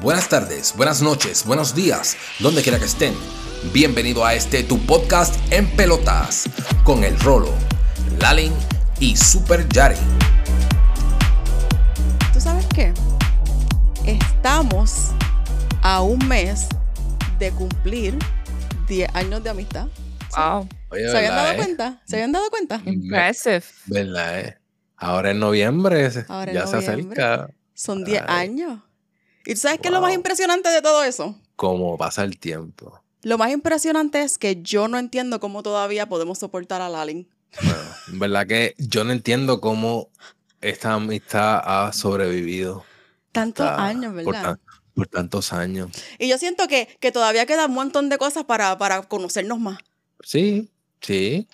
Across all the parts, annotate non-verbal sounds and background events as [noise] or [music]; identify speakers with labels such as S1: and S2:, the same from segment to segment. S1: Buenas tardes, buenas noches, buenos días, donde quiera que estén. Bienvenido a este tu podcast en pelotas con el Rolo, Lalin y Super Yari.
S2: ¿Tú sabes qué? Estamos a un mes de cumplir 10 años de amistad.
S3: Wow,
S1: Oye,
S2: ¿Se habían
S1: ¿verdad,
S2: dado
S1: eh?
S2: cuenta? ¿Se habían dado cuenta?
S3: impressive.
S1: ¿Verdad, eh? Ahora en noviembre se-
S2: Ahora en
S1: ya se
S2: noviembre.
S1: acerca
S2: Son 10
S1: Ay.
S2: años. ¿Y tú sabes qué es lo
S1: Wow.
S2: más impresionante de todo eso?
S1: como pasa el tiempo.
S2: Lo más impresionante es que yo no entiendo cómo todavía podemos soportar a Lalin.
S1: Bueno, en verdad que yo no entiendo cómo esta amistad ha sobrevivido
S2: Tantos
S1: ta-
S2: años,
S1: por,
S2: ¿verdad?
S1: tan- por tantos años.
S2: Y yo siento que, que todavía queda un montón de cosas para, para conocernos más.
S1: Sí, sí,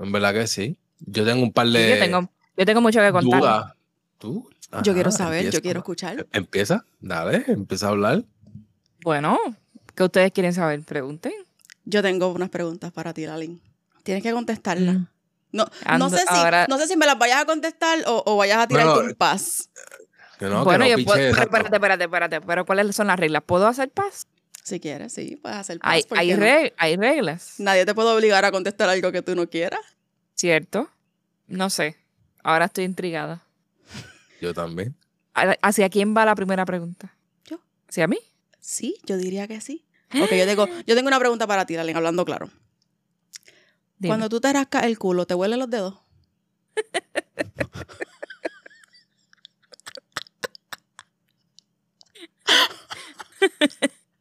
S1: en verdad que sí. Yo tengo un par
S3: Sí,
S1: de
S3: yo, tengo, yo tengo mucho que contar.
S1: dudas. ¿Tú?
S2: yo
S1: Ajá,
S2: quiero saber,
S1: empieza.
S2: yo quiero escuchar.
S1: Empieza, dale, empieza a hablar.
S3: Bueno, ¿qué ustedes quieren saber? Pregunten.
S2: Yo tengo unas preguntas para ti, Lalin. Tienes que contestarlas. No, no,
S3: Ando-
S2: sé si,
S3: ahora-
S2: no sé si me las vayas a contestar o, o vayas a tirar
S1: Bueno,
S2: un paz.
S1: Que no, que
S3: bueno,
S1: no
S3: yo
S1: piche,
S3: puedo. Pero
S1: exacto.
S3: espérate, espérate, espérate. Pero ¿cuáles son las reglas? ¿Puedo hacer paz?
S2: Si quieres, sí, puedes hacer paz.
S3: Hay,
S2: ¿por
S3: hay,
S2: qué no?
S3: reg- hay reglas,
S2: Nadie te puede obligar a contestar algo que tú no quieras.
S3: ¿cierto? No sé. Ahora estoy intrigada.
S1: Yo también.
S3: Ahora, ¿Hacia quién va la primera pregunta?
S2: Yo.
S3: ¿Hacia mí?
S2: Sí, yo diría que sí. Ok, yo tengo, yo tengo una pregunta para ti, Lalin, hablando claro.
S3: Dime.
S2: Cuando tú te rascas el culo, ¿te huelen los dedos?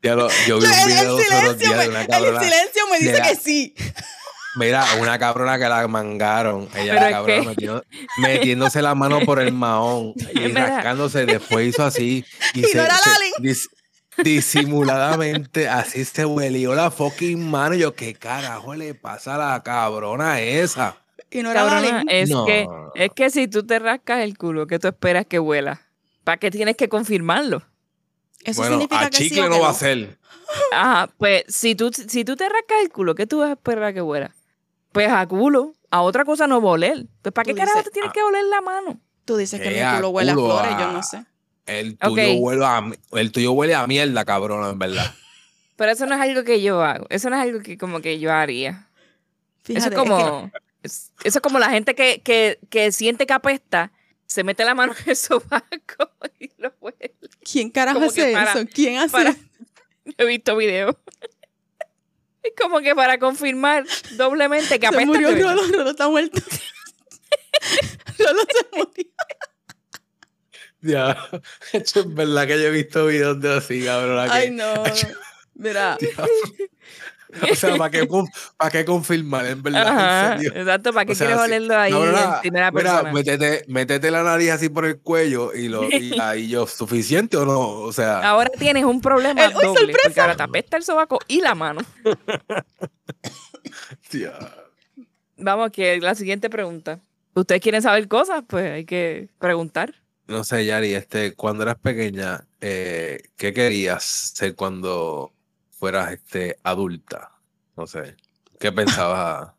S1: Ya lo- yo vi un
S2: Yo- el, el
S1: video sobre los
S2: silencio
S1: días
S2: me,
S1: de una
S2: el
S1: cabrona.
S2: silencio me dice
S1: Mira.
S2: que sí.
S1: Mira, una cabrona que la mangaron. Ella,
S3: Pero
S1: la
S3: es
S1: cabrona,
S3: que-
S1: metió- metiéndose la mano por el
S2: [laughs]
S1: mahón y
S3: Mira.
S1: rascándose. Después hizo así. Y,
S2: Y no era Lalin.
S1: dis- disimuladamente, así se huelió la fucking mano. Y yo, ¿qué carajo le pasa a la cabrona esa?
S2: Y no era
S3: Cabrona,
S2: Lalin.
S3: es,
S1: No.
S3: que, es que si tú te rascas el culo, ¿qué tú esperas que huela? ¿Para qué tienes que confirmarlo?
S2: Eso
S1: bueno,
S2: significa
S1: a
S2: que sí
S1: chicle
S2: o
S1: no
S2: que
S1: va a
S2: no.
S1: ser.
S3: Ajá, pues si tú, si tú te rascas el culo, ¿qué tú vas a esperar que huela? Pues a culo, a otra cosa no va a oler. Pues ¿para
S2: Tú
S3: qué carajo
S2: dices,
S3: te tienes
S1: ah.
S3: que oler la mano?
S2: Tú dices que
S1: Ea,
S2: mi culo huele a
S1: culo,
S2: flores, yo
S1: ah.
S2: no sé.
S1: El tuyo,
S3: Ok.
S1: huele a, mi- el tuyo huele a mierda, cabrona, en verdad.
S3: Pero eso no es algo que yo hago, eso no es algo que como que yo haría.
S2: Fíjate,
S3: eso es como, es- eso es como la gente que, que, que siente que apesta, se mete la mano [laughs] en el sobaco y lo huele.
S2: es que- ¿quién carajo
S3: como que
S2: hace
S3: para-
S2: eso? ¿Quién hace
S3: para-
S2: eso?
S3: Yo He visto videos. [laughs] Es como que para confirmar doblemente que
S2: Se
S3: apesta.
S2: murió
S3: de verdad.
S2: Rolo, Rolo está
S3: [laughs]
S2: muerto. Rolo se murió.
S1: [laughs] Ya, es verdad que yo he visto videos de así, cabrona.
S2: [laughs] Ay, no. Mira,
S1: [laughs] O sea, ¿para qué, con- pa' qué confirmar, en verdad? en
S3: Ajá,
S1: serio.
S3: exacto, ¿para qué
S1: O sea,
S3: quieres
S1: sí.
S3: olerlo ahí
S1: Cabrona,
S3: en primera
S1: mira, pues,
S3: persona?
S1: métete, métete la nariz así por el cuello y, lo,
S3: [laughs]
S1: y ahí yo, ¿suficiente o no? O sea,
S3: Ahora tienes un problema
S2: El- ¡Uy,
S3: doble,
S2: sorpresa!
S3: porque ahora te apesta el sobaco y la mano.
S1: tía.
S3: Vamos, que la siguiente pregunta. ¿Ustedes quieren saber cosas? Pues hay que preguntar.
S1: no sé, Yari, este, cuando eras pequeña, eh, ¿qué querías ser cuando fueras este, adulta? No sé, ¿qué pensabas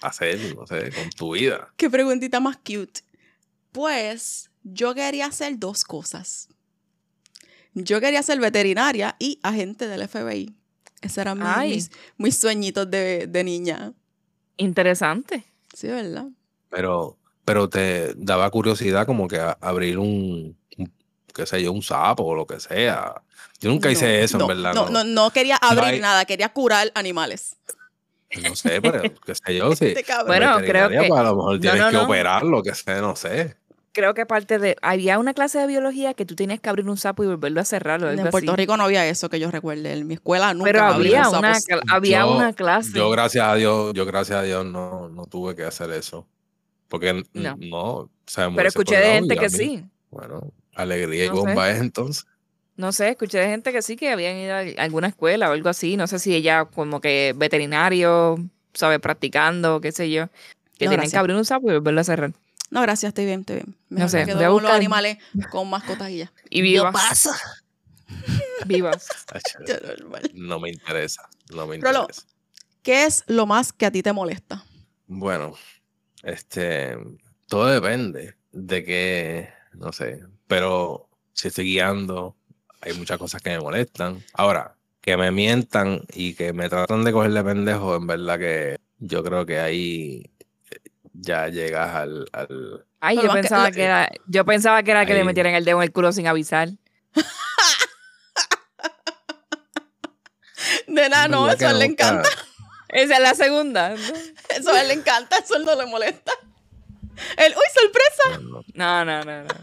S1: hacer, no sé, con tu vida?
S2: qué preguntita más cute. Pues yo quería hacer dos cosas. Yo quería ser veterinaria y agente del FBI. Esos eran mis,
S3: Ay.
S2: mis, mis sueñitos de, de niña.
S3: Interesante.
S2: Sí, ¿verdad?
S1: Pero, pero te daba curiosidad como que a- abrir un, un, qué sé yo, un sapo o lo que sea. Yo nunca hice
S2: No,
S1: eso,
S2: no,
S1: en verdad.
S2: No, no, no quería abrir
S1: hay-
S2: nada, quería curar animales.
S1: No sé, pero qué sé yo, sí.
S2: [laughs] Este cabrón.
S3: Bueno, creo
S1: veterinaria,
S3: que-
S1: pues, a lo mejor
S3: no,
S1: tienes
S3: no,
S1: que
S3: no.
S1: operarlo, que sé, no sé.
S3: Creo que parte de... Había una clase de biología que tú tenías que abrir un sapo y volverlo a cerrar o algo
S2: en Puerto
S3: así.
S2: Rico no había eso que yo recuerde. En mi escuela nunca
S3: Pero
S2: me abrieron
S3: había una,
S2: sapos.
S3: cla- había
S1: Yo-
S3: una clase.
S1: Yo, gracias a Dios, yo, gracias a Dios, no, no tuve que hacer eso. Porque n-
S3: No.
S1: no, o sea, me hubiese
S3: pero escuché de
S1: colgado y
S3: gente
S1: a
S3: que
S1: mí,
S3: sí.
S1: Bueno, alegría y
S3: No sé.
S1: bomba [laughs] es
S3: [laughs]
S1: entonces.
S3: No sé, escuché de gente que sí, que habían ido a alguna escuela o algo así. No sé si ella como que veterinario, sabe, practicando, qué sé yo. Que
S2: No,
S3: tienen
S2: gracias.
S3: que abrir un sapo y volverlo a cerrar.
S2: No, gracias, estoy bien, estoy bien. Mejor
S3: sé,
S2: me quedo
S3: voy a
S2: con los
S3: buscar-
S2: animales con mascotas y ya.
S3: [laughs] Y vivas.
S2: paso. [laughs]
S3: Vivas.
S1: Ay,
S2: Yo normal.
S1: No me interesa, no me
S2: Rolo,
S1: interesa.
S2: ¿Qué es lo más que a ti te molesta?
S1: Bueno, este, todo depende de que, no sé, pero si estoy guiando, hay muchas cosas que me molestan. Ahora, que me mientan y que me tratan de coger de pendejo, en verdad que yo creo que ahí eh, ya llegas al...
S2: [laughs]
S1: al...
S3: Ay,
S2: Pero
S3: yo
S2: aunque-
S3: pensaba, que era, yo pensaba que era que
S1: Ahí.
S3: le metieran el dedo en el culo sin avisar.
S2: Nena, no,
S1: en verdad que
S2: eso a él le
S1: nunca-
S2: encanta.
S3: Esa es la segunda. ¿no?
S2: Eso a él le encanta, eso a él no le molesta. Él, uy, sorpresa.
S1: no, no.
S3: No, no, no, no.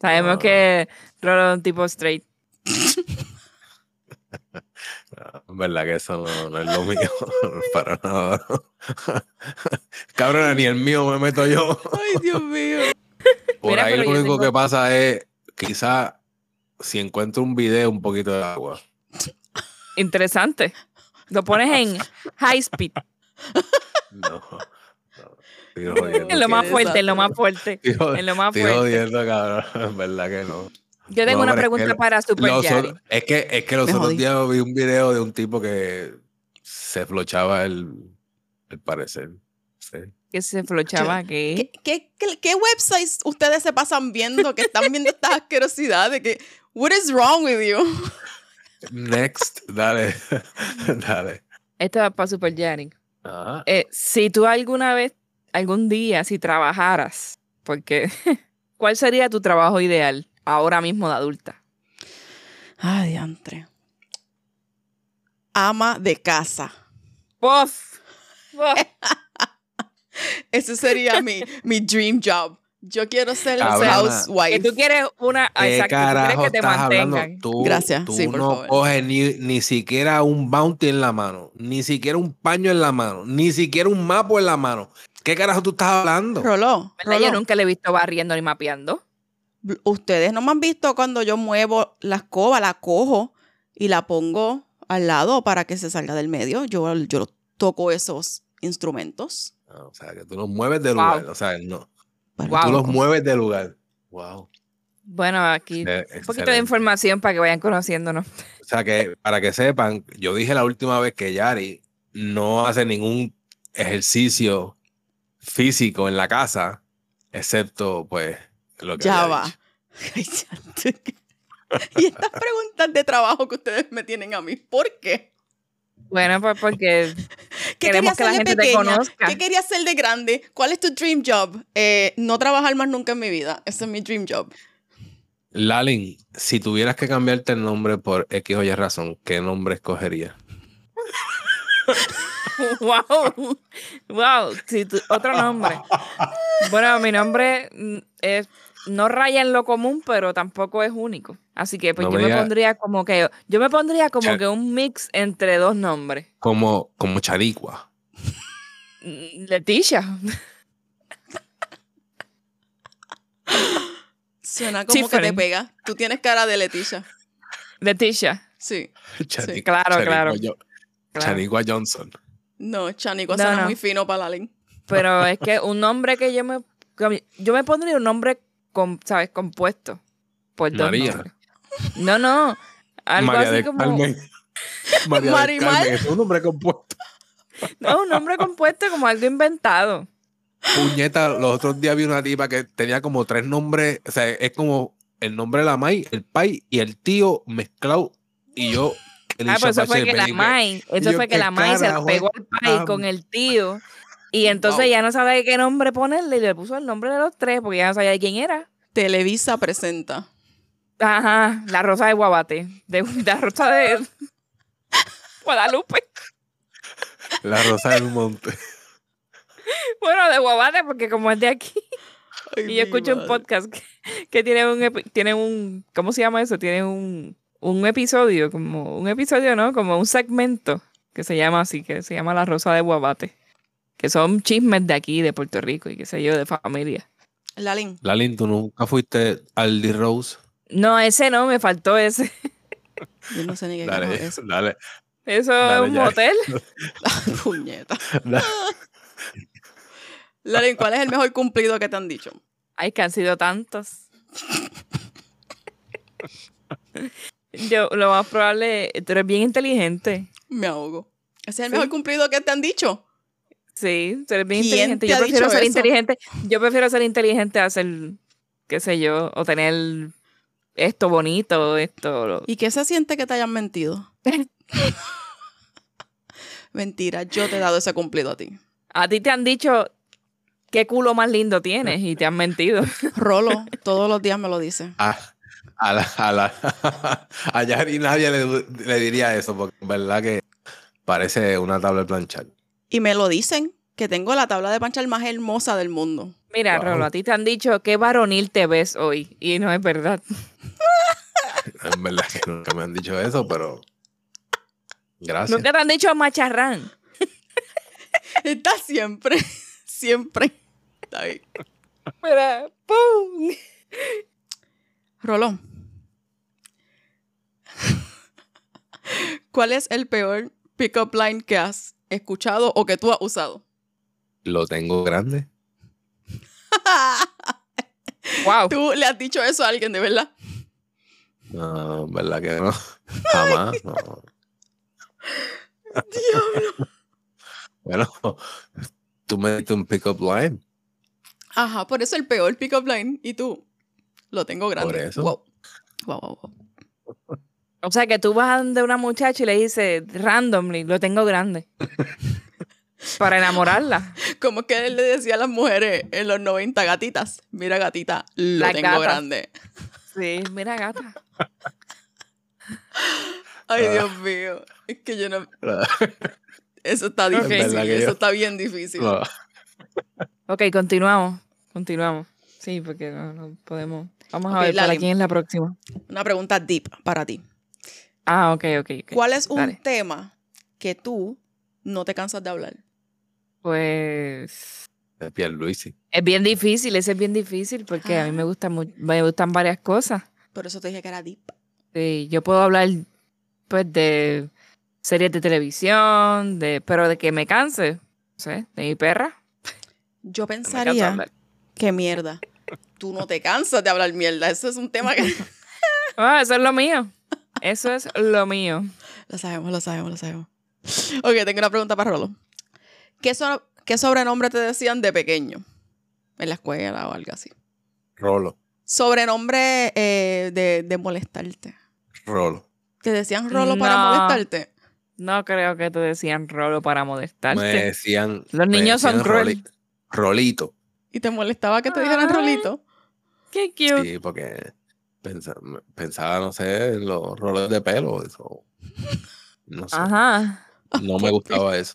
S3: Sabemos
S1: No.
S3: que Rolo es un tipo straight.
S1: Ah, En verdad que eso no, no es
S2: [laughs]
S1: lo mío, [laughs] para nada. Cabrón, ni el mío me meto yo.
S2: Ay, Dios mío.
S1: Por
S3: Mira,
S1: ahí
S3: pero
S1: lo
S3: yo
S1: único
S3: tengo-
S1: que pasa es, quizá si encuentro un video, un poquito de
S3: [laughs]
S1: agua.
S3: Interesante. Lo pones en high [laughs] speed.
S1: No, no. Estoy jodiendo,
S3: En lo más
S2: Qué
S3: fuerte, en lo más fuerte.
S1: estoy jod-
S3: En lo más
S1: estoy
S3: fuerte.
S1: jodiendo, cabrón. [laughs] En verdad que no.
S3: Yo tengo
S1: No,
S3: una
S1: pero es
S3: pregunta
S1: que
S3: para Super
S1: Los
S3: Yari.
S1: ot- es que, es que los
S2: Me
S1: otros
S2: jodí.
S1: días vi un video de un tipo que se flochaba el, el parecer. Sí.
S3: Que se flochaba
S2: [laughs] ¿Qué,
S3: aquí.
S2: qué, qué, qué websites ustedes se pasan viendo que están viendo estas asquerosidades? Que, what is wrong with you?
S1: Next, dale. [laughs] dale.
S3: Esto va para Super Yari.
S1: Ajá.
S3: Eh, si tú alguna vez, algún día, si trabajaras, porque [laughs] ¿cuál sería tu trabajo ideal ahora mismo de adulta? Ah,
S2: Ay, diantre. Ama de casa.
S3: ¡Pof! ¡Pof!
S2: Ese sería mi, mi dream job. Yo quiero ser
S1: Cabrona.
S3: Que
S2: housewife.
S3: tú quieres una... ah,
S1: ¿Qué
S3: exacto, tú quieres
S1: carajo
S3: que te
S1: estás hablando?
S3: mantengan.
S1: Tú,
S2: Gracias,
S1: tú
S2: sí, por
S1: no
S2: favor.
S1: coges ni, ni siquiera un bounty en la mano, ni siquiera un paño en la mano, ni siquiera un mapa en la mano. ¿Qué carajo tú estás hablando?
S2: Roló,
S3: ¿Verdad? Yo
S2: Roló.
S3: nunca le he visto barriendo ni mapeando.
S2: Bl- Ustedes no me han visto cuando yo muevo la escoba, la cojo y la pongo al lado para que se salga del medio. Yo, yo toco esos instrumentos.
S1: Ah, O sea, que tú los mueves de
S3: Wow.
S1: lugar. O sea, no.
S2: Para
S3: Wow.
S1: Tú los
S2: co-
S1: mueves de lugar. Wow.
S3: Bueno, aquí un
S1: Eh,
S3: poquito de
S1: excelente.
S3: información para que vayan conociéndonos.
S1: O sea, que para que sepan, yo dije la última vez que Yari no hace ningún ejercicio físico en la casa, excepto, pues, lo que.
S2: Ya
S1: había
S2: va.
S1: dicho.
S2: [laughs] Ay, santo. y estas preguntas de trabajo que ustedes me tienen a mí, ¿por qué?
S3: Bueno, pues porque
S2: ¿Qué
S3: Queremos que la
S2: ser de
S3: gente te conozca.
S2: ¿Qué querías ser de grande? ¿Cuál es tu dream job? Eh, no trabajar más nunca en mi vida. Ese es mi dream job.
S1: Lalin, si tuvieras que cambiarte el nombre por X o Y razón, ¿qué nombre escogerías?
S3: [laughs] wow, wow, si tú- otro nombre. Bueno, mi nombre mm, es, no raya en lo común, pero tampoco es único. Así que pues
S1: No
S3: yo
S1: me
S3: me
S1: diga-
S3: pondría como que, yo me pondría como
S1: Cha-
S3: que un mix entre dos nombres.
S1: Como, como Charicua.
S3: Mm, Leticia, [laughs]
S2: Suena como que te
S3: Tiffany.
S2: pega. Tú tienes cara de Leticia.
S3: Leticia.
S2: Sí.
S1: [laughs] Chari-
S3: claro, claro.
S1: Jo-
S3: claro.
S1: Charicua Johnson.
S2: No, Chanico
S3: No,
S2: suena
S3: no.
S2: muy fino para Lalín.
S3: Pero es que un nombre que yo me, que a mí- yo me pondría un nombre, com- ¿sabes? Compuesto por dos
S1: María.
S3: nombres. No, no, algo
S1: María
S3: así
S1: del
S3: como... [laughs]
S1: Carmen. María del
S2: Marimar.
S1: Carmen. Es un nombre compuesto.
S3: No, un nombre compuesto como algo inventado.
S1: Puñeta, los otros días vi una tipa que tenía como tres nombres. O sea, es como el nombre de la May, el Pai y el tío mezclado. Y yo.
S3: Ah, pero eso fue que la
S1: May
S3: Mai, eso
S1: yo,
S3: fue que
S1: ¿qué
S3: la Mai se la
S1: carajo
S3: pegó al país
S1: están?
S3: con el tío. Y entonces
S1: Wow.
S3: ya no sabía qué nombre ponerle y le puso el nombre de los tres porque ya no sabía de quién era.
S2: Televisa presenta.
S3: Ajá, la rosa de Guabate, de, [laughs] la rosa de Guadalupe.
S1: La Rosa del Monte.
S3: Bueno, de Guabate porque como es de aquí.
S2: Ay,
S3: Y
S2: mi
S3: yo escucho un
S2: madre.
S3: podcast que, que tiene un, epi- tiene un, ¿cómo se llama eso? Tiene un, un episodio, como un episodio, ¿no? Como un segmento que se llama así, que se llama La Rosa de Guabate. Que son chismes de aquí, de Puerto Rico y qué sé yo, de familia.
S2: Lalín.
S1: Lalin, tú nunca fuiste al D-Rose.
S3: No, ese no, me faltó ese. [laughs]
S2: Yo no sé ni qué carajo
S1: Dale,
S2: es eso.
S1: dale.
S3: Eso
S1: Dale,
S3: es un
S1: ya.
S3: hotel.
S2: Puñeta.
S1: Da-
S2: Lalín, ¿cuál es el mejor cumplido que te han dicho?
S3: Ay, que han
S1: [laughs]
S3: sido tantos. Yo, lo más probable, tú eres bien inteligente.
S2: Me ahogo. ¿Ese es el
S3: Sí.
S2: mejor cumplido que te han dicho?
S3: Sí, tú eres
S2: ¿Quién
S3: bien inteligente.
S2: te
S3: Yo
S2: ha
S3: prefiero
S2: dicho
S3: ser
S2: eso?
S3: inteligente. Yo prefiero ser inteligente a ser, qué sé yo, o tener esto bonito, esto. lo-
S2: ¿Y qué se siente que te hayan [laughs] mentido? Mentira, yo te he dado ese cumplido a ti.
S3: A ti te han dicho qué culo más lindo tienes y te han mentido. [laughs]
S2: Rolo, todos los días me lo dice.
S1: A, a la, [laughs] a la- a Yari nadie le, le diría eso, porque en verdad que parece una tabla de planchar.
S2: Y me lo dicen, que tengo la tabla de panchar más hermosa del mundo.
S3: Mira,
S1: Wow.
S3: Rolo, a ti te han dicho qué varonil te ves hoy. Y no es verdad.
S1: En verdad que nunca me han dicho eso, pero gracias.
S3: Nunca te han dicho macharrán.
S2: Está siempre, [laughs] siempre. Está bien.
S3: Mira, ¡pum!
S2: Rolón. ¿Cuál es el peor pick-up line que has escuchado o que tú has
S1: [laughs]
S2: usado?
S1: Lo tengo grande.
S3: Wow.
S2: Tú le has dicho eso a alguien, de verdad.
S1: No, en verdad que
S3: [laughs]
S1: no. Jamás. no. Bueno, tú me diste un pick-up line.
S2: Ajá, por eso el peor pick-up line. Y tú, lo tengo grande.
S1: Por eso.
S2: Wow. Wow, wow, wow.
S3: O sea que tú vas de una muchacha y le dices randomly, lo tengo grande. Para enamorarla.
S2: Como es que él le decía a las mujeres en los 90, gatitas, mira gatita, lo
S3: Las
S2: tengo
S3: gatas.
S2: grande.
S3: Sí, mira, gata.
S2: Ay,
S1: Ah.
S2: Dios mío. Es que yo no...
S1: No,
S2: Eso
S1: [laughs]
S2: está
S3: Es
S2: difícil,
S1: verdad que
S2: eso
S1: yo- Ah.
S2: está bien difícil.
S3: Ok, continuamos. Continuamos. Sí, porque no, no podemos. Vamos
S2: Ok,
S3: a ver para
S2: Lali.
S3: quién es la próxima.
S2: Una pregunta deep para ti.
S3: Ah, ok, ok. ok.
S2: ¿Cuál es un
S3: Dale.
S2: tema que tú no te cansas de hablar?
S3: Pues.
S1: de Pierluisi.
S3: Es bien difícil, ese es bien difícil porque a mí
S2: Ah.
S3: me, gusta mu- me gustan varias cosas.
S2: Por eso te dije que era deep.
S3: Sí, yo puedo hablar pues de series de televisión, de pero de que me canse, no sé, de mi perra.
S2: Yo
S3: no me canso de
S2: pensaría
S3: hablar.
S2: que mierda. Tú no te cansas de hablar mierda. Eso es un tema
S3: [laughs]
S2: que...
S3: Ah, eso es lo mío. Eso es lo mío.
S2: Lo sabemos, lo sabemos, lo sabemos. Ok, tengo una pregunta para Rolo. ¿Qué, so- qué sobrenombre te decían de pequeño? En la escuela o algo así.
S1: Rolo,
S2: Sobrenombre eh, de, de molestarte.
S1: rolo.
S2: ¿Te decían Rolo para
S3: No.
S2: molestarte?
S3: No creo que te decían rolo para
S1: Me
S3: molestarte.
S1: decían.
S3: Los
S1: me
S3: niños son
S1: decían
S3: crueles.
S1: Roli- Rolito.
S2: ¿Y te molestaba que te dijeran
S3: Ay.
S2: Rolito?
S3: Qué cute.
S1: Sí, porque pensa- pensaba, no sé, en los roles de pelo. Eso.
S3: [laughs]
S1: No sé.
S3: Ajá.
S1: No me gustaba eso.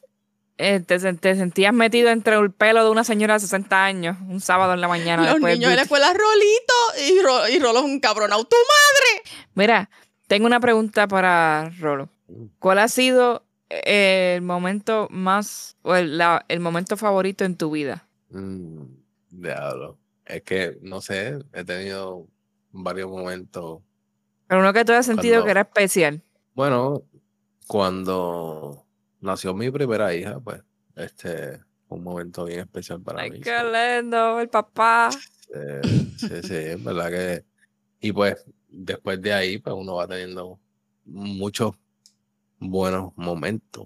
S3: Eh, te, sen- te sentías metido entre el pelo de una señora de 60 años un sábado en la mañana.
S2: Los
S3: después del
S2: niños de la
S3: beauty.
S2: escuela Rolito y, Ro- y Rolo es un cabronao. ¡Tú
S3: Mira, tengo una pregunta para Rolo.
S1: Mm.
S3: ¿Cuál ha sido eh, el momento más, o el, la- el momento favorito en tu vida?
S1: Mm, diablo. Es que, no sé, he tenido varios momentos.
S3: Pero uno que tú has sentido
S1: Cuando-
S3: que era especial.
S1: Bueno, cuando nació mi primera hija, pues, este, un momento bien especial para
S3: Ay,
S1: mí.
S3: qué lindo, el papá.
S1: Eh, sí, sí, es verdad que. Y pues, después de ahí, pues uno va teniendo muchos buenos momentos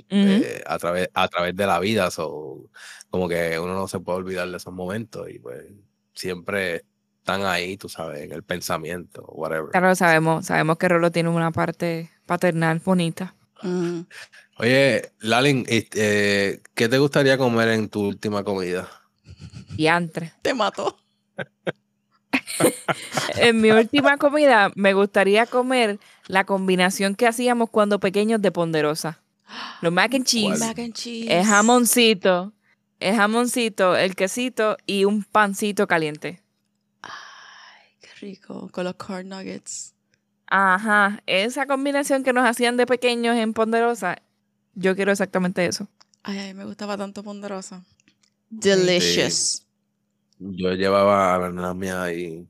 S3: Ujú.
S1: eh, a través, a través de la vida. so, como que uno no se puede olvidar de esos momentos y pues siempre están ahí, tú sabes, en el pensamiento, whatever.
S3: Claro, sabemos, sabemos que Rolo tiene una parte paternal bonita.
S2: madre!
S1: Oye, Lalin, est- eh, ¿qué te gustaría comer en tu última comida?
S3: Y antes.
S2: Te mató.
S3: En mi última comida me gustaría comer la combinación que hacíamos cuando pequeños de Ponderosa. Los mac and
S1: ¿Cuál?
S3: cheese.
S2: Mac and cheese.
S3: Es jamoncito, es jamoncito, el quesito y un pancito caliente.
S2: Ay, qué rico. Con los corn nuggets.
S3: Ajá, esa combinación que nos hacían de pequeños en Ponderosa, yo quiero exactamente eso.
S2: Ay, ay, me gustaba tanto ponderosa. Delicious.
S1: Yo llevaba a la nena mía y,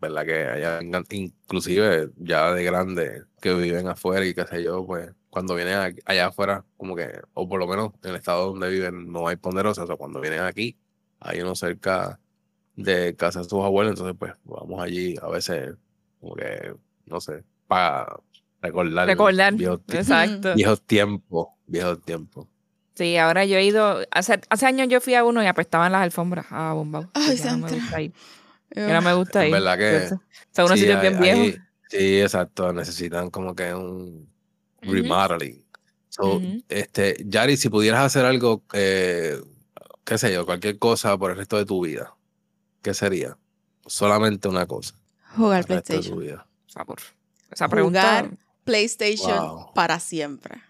S1: ¿verdad? Que allá, en- inclusive ya de grande, que viven afuera y qué sé yo, pues cuando vienen a- allá afuera, como que, o por lo menos en el estado donde viven, no hay ponderosas, o sea, cuando vienen aquí, hay uno cerca de casa de sus abuelos, entonces pues vamos allí a veces, como que, no sé, para recordar
S3: Recordar. [laughs]
S1: viejos, tie-
S3: Exacto.
S1: viejos tiempos, viejos tiempos.
S3: Sí, ahora yo he ido, hace, hace años yo fui a uno y apestaban las alfombras. Ah, bomba.
S2: Ay,
S3: ya no me
S2: Sandra.
S3: gusta ir.
S2: Eh,
S3: Mira, me gusta
S1: En
S3: ahí.
S1: verdad que-
S3: Son unos
S1: Sí,
S3: sitios
S1: ahí-
S3: bien viejos.
S1: ahí- sí, exacto. Necesitan como que un
S3: Ujú.
S1: remodeling. So,
S3: Ujú.
S1: este, Yari, si pudieras hacer algo, eh, qué sé yo, cualquier cosa por el resto de tu vida, ¿qué sería? Solamente una cosa.
S2: Jugar
S1: el resto de tu
S2: PlayStation.
S1: vida.
S3: Por favor. Esa pregunta.
S2: Jugar. PlayStation
S1: Wow.
S2: para siempre.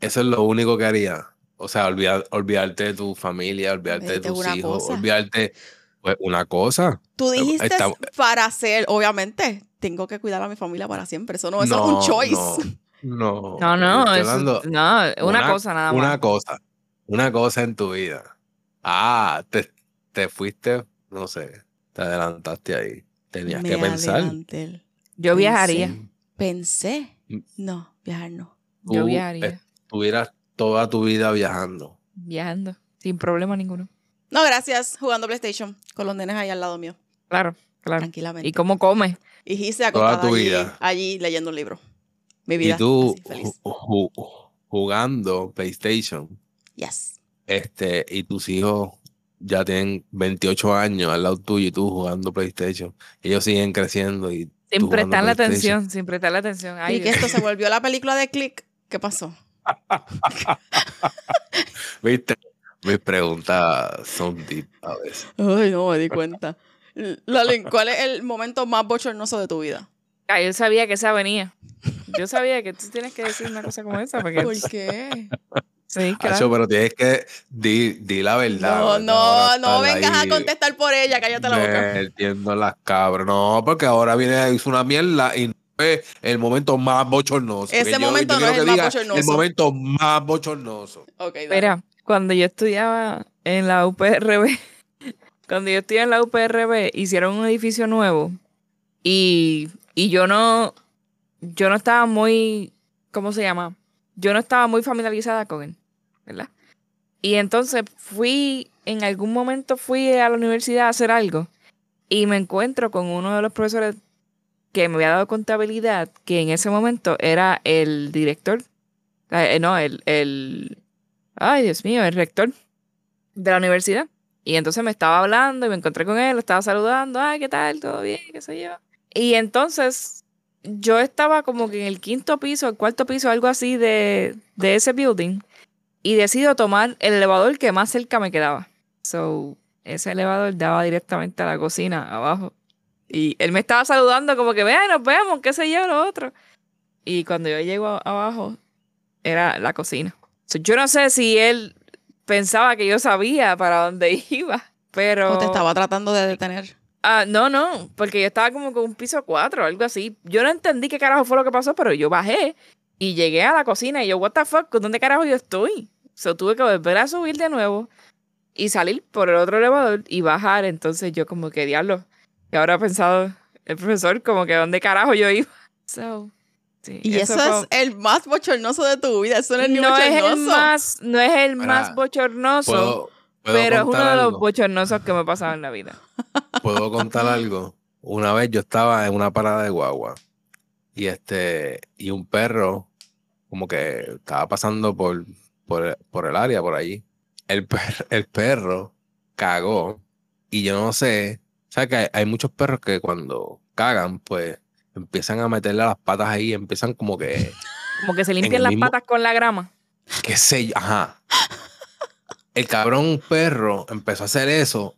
S1: Eso es lo único que haría. O sea, olvidar- olvidarte de tu familia, olvidarte de
S2: Olvidarte
S1: tus
S2: una
S1: hijos,
S2: cosa.
S1: olvidarte pues, una cosa.
S2: Tú
S1: Eh,
S2: dijiste
S1: está-
S2: para ser, obviamente, tengo que cuidar a mi familia para siempre. Eso no, eso es un choice. [laughs]
S1: No, no.
S3: No, no,
S1: Estoy
S3: eso-
S1: hablando-
S3: no, una, cosa nada más.
S1: Una cosa. Una cosa en tu vida. Ah, te, te fuiste, no sé, te adelantaste ahí. Tenías
S2: Me
S1: que pensar.
S2: adelanté.
S3: Yo viajaría.
S2: Pensé.
S1: Mm.
S2: No, viajar no.
S3: Yo
S1: Tú eh,
S3: viajaría.
S1: Estuvieras toda tu vida viajando.
S3: Viajando. Sin problema ninguno.
S2: No, gracias. Jugando PlayStation con los nenes ahí al lado mío.
S3: Claro, claro.
S2: Tranquilamente.
S3: ¿Y cómo come?
S2: Y Gise
S1: Toda
S2: acostada
S1: tu
S2: allí,
S1: vida.
S2: allí leyendo un libro. Mi vida.
S1: y tú uh,
S2: así, feliz.
S1: ju- ju- jugando PlayStation,
S2: Yes.
S1: este, y tus hijos ya tienen 28 años al lado tuyo y tú jugando PlayStation. Ellos siguen creciendo y
S3: Sin
S1: Tú jugando
S3: prestar la
S1: PlayStation.
S3: atención, sin prestar la atención. Ay,
S2: y que esto se volvió la película de Click. ¿Qué pasó?
S1: viste, mis preguntas son deep a veces.
S2: Ay, no me di cuenta. Lalin, ¿cuál es el momento más bochornoso de tu vida?
S3: ay, ah, yo sabía que esa venía. Yo sabía que tú tienes que decir una cosa como esa. [laughs] Porque,
S1: Pues,
S2: ¿Por qué?
S3: sí, claro.
S1: Acho, Ah, pero tienes que di, di la verdad.
S2: No, no,
S1: ahora
S2: no
S1: estás
S2: vengas
S1: ahí
S2: a contestar por ella, cállate la boca.
S1: Metiendo las cabras. No, porque ahora viene es una mierda y no es el momento más bochornoso.
S2: Ese
S1: Porque yo- yo
S2: momento no
S1: quiero
S2: es
S1: que
S2: el más
S1: diga
S2: bochornoso.
S1: El momento más bochornoso.
S2: Ok, dale.
S3: Mira, cuando yo estudiaba en la UPRB, [laughs] cuando yo estudiaba en la UPRB, hicieron un edificio nuevo y, y yo no, yo no estaba muy, ¿cómo se llama? Yo no estaba muy familiarizada con él, ¿verdad? Y entonces fui, en algún momento fui a la universidad a hacer algo y me encuentro con uno de los profesores que me había dado contabilidad, que en ese momento era el director, eh, no, el, el, ay Dios mío, el rector de la universidad. Y entonces me estaba hablando y me encontré con él, lo estaba saludando, ay, ¿qué tal? ¿Todo bien? ¿Qué sé yo? Y entonces yo estaba como que en el quinto piso, el cuarto piso, algo así de, de ese building. Y decido tomar el elevador que más cerca me quedaba. So, ese elevador daba directamente a la cocina abajo. Y él me estaba saludando como que, vean, nos vemos, qué sé yo, lo otro. Y cuando yo llego a- abajo, era la cocina. So, yo no sé si él pensaba que yo sabía para dónde [laughs] iba, pero...
S2: O te estaba tratando de detener.
S3: Ah, no, no, porque yo estaba como con un piso 4 o algo así. Yo no entendí qué carajo fue lo que pasó, pero yo bajé y llegué a la cocina y yo, what the fuck, ¿dónde carajo yo estoy? So, tuve que volver a subir de nuevo y salir por el otro elevador y bajar. Entonces yo como que, diablo, y ahora ha pensado el profesor como que, ¿dónde carajo yo iba? [laughs] So, sí,
S2: Y eso,
S3: fue-
S2: es el más bochornoso de tu vida. Eso no es ni
S3: no es
S2: bochornoso.
S3: el más, no es el
S1: Mira,
S3: más bochornoso,
S1: ¿Puedo, puedo
S3: pero es uno
S1: contar
S3: de los
S1: algo?
S3: bochornosos que me ha pasado en la vida.
S1: Puedo contar algo. Una vez yo estaba en una parada de guagua y este y un perro como que estaba pasando por, por, el- por el área por allí. El, per- el perro cagó y yo no sé, o sea que hay, hay muchos perros que cuando cagan pues empiezan a meterle las patas ahí, empiezan como que
S3: Como que se
S1: el
S3: limpian las
S1: mismo-
S3: patas con la grama.
S1: qué sé yo, ajá. El cabrón perro empezó a hacer eso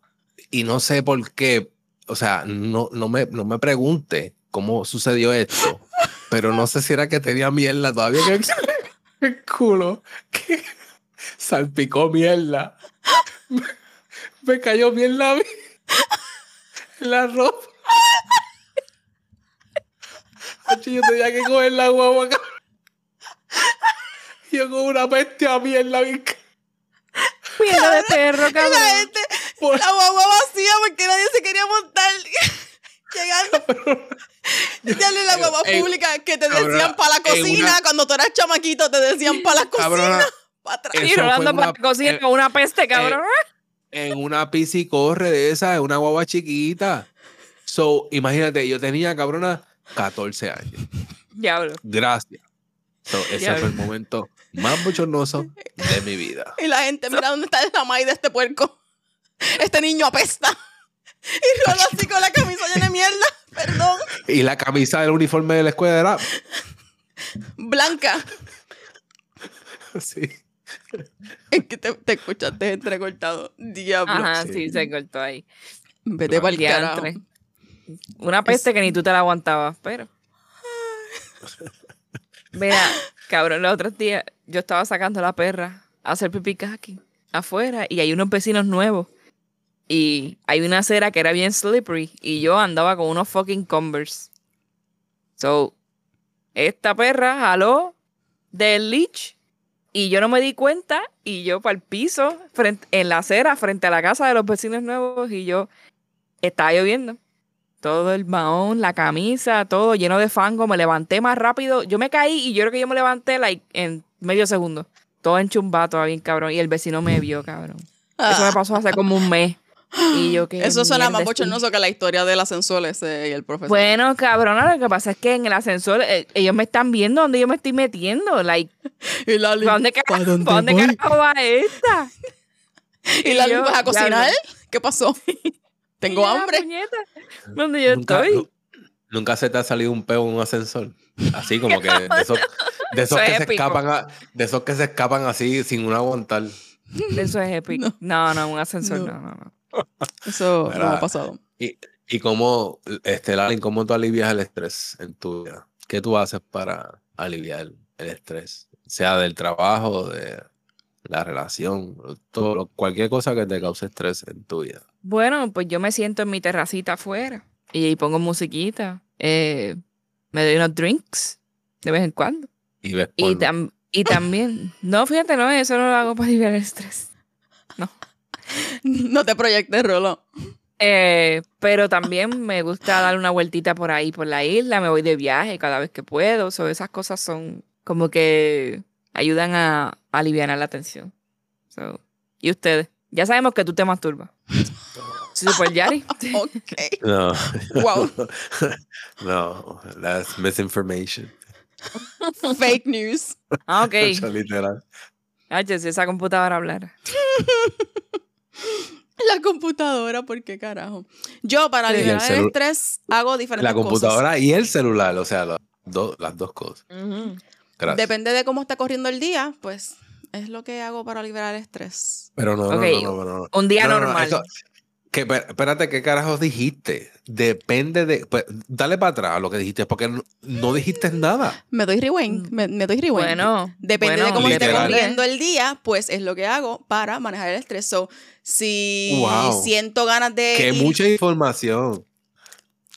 S1: y no sé por qué, o sea, no, no, me, no me pregunte cómo sucedió esto, pero no sé si era que tenía mierda todavía en el- el [laughs] culo, que salpicó mierda, me, me cayó mierda a mí en la ropa. Acho, Yo tenía que coger la guagua acá. Yo con una bestia a mierda bien ca-
S3: Mierda de perro,
S2: La
S3: cabrón.
S2: gente,
S1: por-
S2: la guagua vacía porque nadie se quería montar. [laughs] Llegando. Dale la guagua
S1: Ey,
S2: pública que te
S1: cabrona,
S2: decían para la
S1: en
S2: cocina.
S1: una-
S2: Cuando tú eras chamaquito, te decían para la
S1: Cabrona,
S2: cocina. Pa' atrás.
S1: eso
S3: Y
S1: fue
S3: rolando
S1: una-
S3: para la cocina
S1: eh,
S3: con una peste, cabrón.
S1: en una piscicorre corre de esa, en una guagua chiquita. So, imagínate, yo tenía, cabrona, 14 años.
S3: Diablo.
S1: Gracias. So, ese
S3: Ya.
S1: fue el momento más bochornoso de mi vida.
S2: Y la gente, mira dónde está el jamai de este puerco. Este niño apesta. Y Rolo así con la camisa llena de mierda, perdón,
S1: [laughs] Y la camisa del uniforme de la escuela era. [laughs]
S2: blanca.
S1: Sí.
S2: Es que te, te escuchaste entrecortado. Diablo.
S3: Ajá,
S1: sí.
S3: sí. se cortó ahí.
S2: Vete para el
S3: Diantre.
S2: carajo.
S3: Una peste que ni tú te la aguantabas, pero. Mira, cabrón, los otros días yo estaba sacando a la perra a hacer pipí aquí afuera y hay unos vecinos nuevos. Y hay una acera que era bien slippery y yo andaba con unos fucking Converse. So, esta perra jaló del leech y yo no me di cuenta y yo para el piso, frente, en la acera, frente a la casa de los vecinos nuevos y yo estaba lloviendo. Todo el maón, la camisa, todo lleno de fango. Me levanté más rápido. Yo me caí y yo creo que yo me levanté like, en medio segundo. Todo enchumbado, todavía bien cabrón. Y el vecino me vio, cabrón. Eso me
S2: Ah,
S3: pasó hace como un mes. Y yo que.
S2: Eso suena más
S3: bochornoso.
S2: bochornoso que la historia del ascensor ese y el profesor.
S3: Bueno, cabrón, lo que pasa es que en el ascensor eh, ellos me están viendo donde yo me estoy metiendo. Like,
S2: y Lali,
S3: ¿pa' dónde,
S2: ¿pa'
S3: carajo, pa' dónde
S2: voy?
S3: carajo va esta?
S2: Y Lali,
S3: yo,
S2: ¿vas a cocinar?
S3: diablo.
S2: ¿Qué pasó? [laughs] Tengo
S3: Ya,
S2: hambre.
S3: puñeta, ¿Dónde yo
S1: nunca,
S3: estoy?
S1: nu- nunca se te ha salido un peo en un ascensor. Así como que de esos, de esos
S3: Eso
S1: que
S3: es
S1: se
S3: épico.
S1: escapan a- de esos que se escapan así sin uno aguantar.
S3: Eso es épico. No, no, un ascensor,
S2: No.
S3: no, no, no.
S2: Eso no
S1: Mira.
S2: me ha pasado.
S1: ¿Y cómo, este, Lalin, cómo tú alivias el estrés en tu vida? ¿Qué tú haces para aliviar el estrés? Sea del trabajo, de la relación, todo, lo- cualquier cosa que te cause estrés en tu vida.
S3: Bueno, pues yo me siento en mi terracita afuera y, pongo musiquita. eh, me doy unos drinks de vez en cuando.
S1: Y ves
S3: Y,
S1: porno.
S3: tam- y también, [laughs] no, fíjate, no, eso no lo hago para aliviar el estrés.
S2: No te proyectes, Rolo.
S3: Eh, pero también me gusta dar una vueltita por ahí, por la isla. Me voy de viaje cada vez que puedo. So, esas cosas son como que ayudan a, a aliviar la tensión. So, ¿Y ustedes? Ya sabemos que tú te masturbas. Super Yari.
S2: [laughs] Ok.
S1: No,
S2: Wow.
S1: no, that's misinformation.
S2: Fake news.
S3: Ah, ok.
S1: Eso [laughs] literal.
S3: Ay, si esa computadora hablara.
S2: La computadora, ¿por qué carajo? Yo, para
S3: Sí. Y el
S2: liberar el
S1: celu-
S2: estrés, hago diferentes
S1: La
S2: cosas.
S1: computadora y el celular, o sea, las dos- las dos cosas. Gracias.
S2: Depende de cómo está corriendo el día, pues es lo que hago para liberar el estrés.
S1: Pero no, no,
S3: Ok,
S1: no, no, no, no.
S3: Un día
S1: No, no, no,
S3: normal.
S1: eso- que, espé- espérate, ¿qué carajos dijiste? Depende de. pues, dale para atrás a lo que dijiste, porque no, no dijiste nada.
S2: Me doy rewind,
S3: Mm.
S2: me, me doy rewind.
S3: bueno,
S2: Depende de
S3: bueno,
S2: cómo esté
S1: literal.
S2: corriendo el día, pues es lo que hago para manejar el estrés. So, si
S1: Wow.
S2: siento ganas de
S3: Eh,
S1: que
S2: ir
S1: mucha información.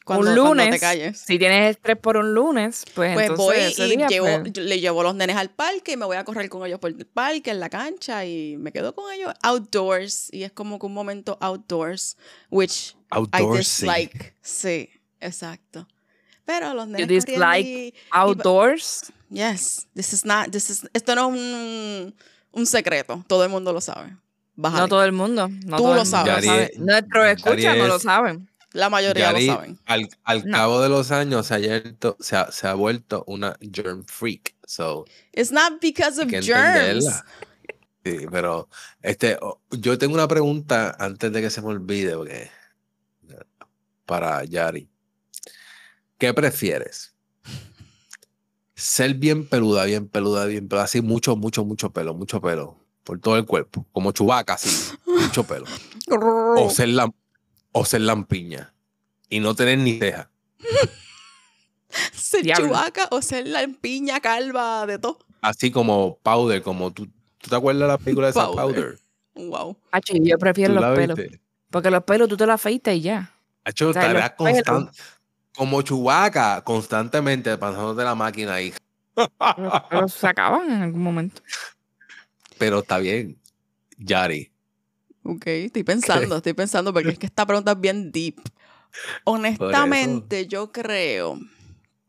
S2: cuando,
S3: Un
S2: cuando te
S3: lunes,
S2: calles,
S3: Si tienes estrés por un lunes, pues,
S2: pues
S3: entonces
S2: voy
S3: ese
S2: y
S3: día,
S2: llevo-
S3: pues,
S2: yo le llevo los nenes al parque y me voy a correr con ellos por el parque, en la cancha y me quedo con ellos outdoors. Y es como que un momento outdoors, which I
S1: Outdoorsy.
S2: dislike. Sí, exacto. Pero los nenes
S3: dislike
S2: corriendo
S3: outdoors.
S2: y- yes, this is not, this is, esto no es un, un secreto, todo el mundo lo sabe. Bájale.
S3: No todo el mundo. No
S2: Tú
S3: todo
S2: lo
S3: el mundo
S2: sabes.
S1: Yari-
S3: sabe. Nuestros escuchas no
S1: es-
S3: lo saben.
S2: La mayoría
S1: Yari,
S2: lo saben.
S1: al, al
S3: No.
S1: cabo de los años se ha, vuelto- se ha- se ha vuelto una germ freak. So,
S2: It's not because
S1: hay
S2: of
S1: que
S2: germs.
S1: entenderla. Sí, pero este, o- yo tengo una pregunta antes de que se me olvide, porque para Yari. ¿Qué prefieres? Ser bien peluda, bien peluda, bien peluda, así mucho, mucho, mucho pelo, mucho pelo, por todo el cuerpo, como chubaca, así, mucho
S2: [laughs]
S1: pelo. O ser, lam- o ser lampiña y no tener ni ceja.
S2: ser
S3: Diablo.
S2: chubaca o ser la piña calva de todo.
S1: Así como powder, como tú, ¿tú te acuerdas de la película de esa
S2: Powder.
S1: powder?
S2: Wow.
S3: Acho, yo prefiero
S1: ¿Tú la
S3: los pelos.
S1: viste?
S3: Porque los pelos tú te los afeitas y ya.
S1: Hacho,
S3: O sea, los
S1: estarás
S3: pelos.
S1: constan- como chubaca, constantemente pasándote la máquina
S2: [laughs]
S1: ahí. [laughs]
S3: Los pelos se acaban en algún momento.
S1: Pero está bien, Yari.
S2: Ok, estoy pensando, estoy pensando porque es que esta pregunta es bien deep. Honestamente, yo creo,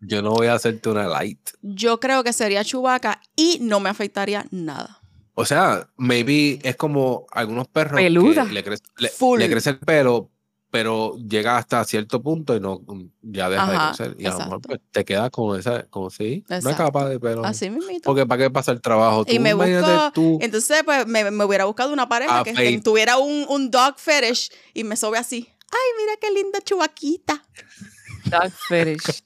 S1: Yo no voy a hacerte una light.
S2: yo creo que sería chubaca y no me afectaría nada.
S1: O sea, maybe es como algunos perros que
S3: Peluda.
S1: le, crece, le-
S2: Full.
S1: le crece el pelo, pero llega hasta cierto punto y no ya deja
S2: Ajá,
S1: de crecer. Y a lo mejor
S2: exacto.
S1: pues, te quedas con esa, como si, una
S2: Exacto.
S1: capa de pelo.
S2: Así mismito.
S1: Porque para qué pasa el trabajo.
S2: Y
S1: Tú
S2: me
S1: imagínate
S2: busco
S1: tú-
S2: Entonces, pues me, me hubiera buscado una pareja
S1: Ah,
S2: que
S1: fe-
S2: tuviera un, un dog fetish y me sobe así. ¡Ay, mira qué linda chubaquita!
S3: Dog
S1: [laughs]
S3: fetish.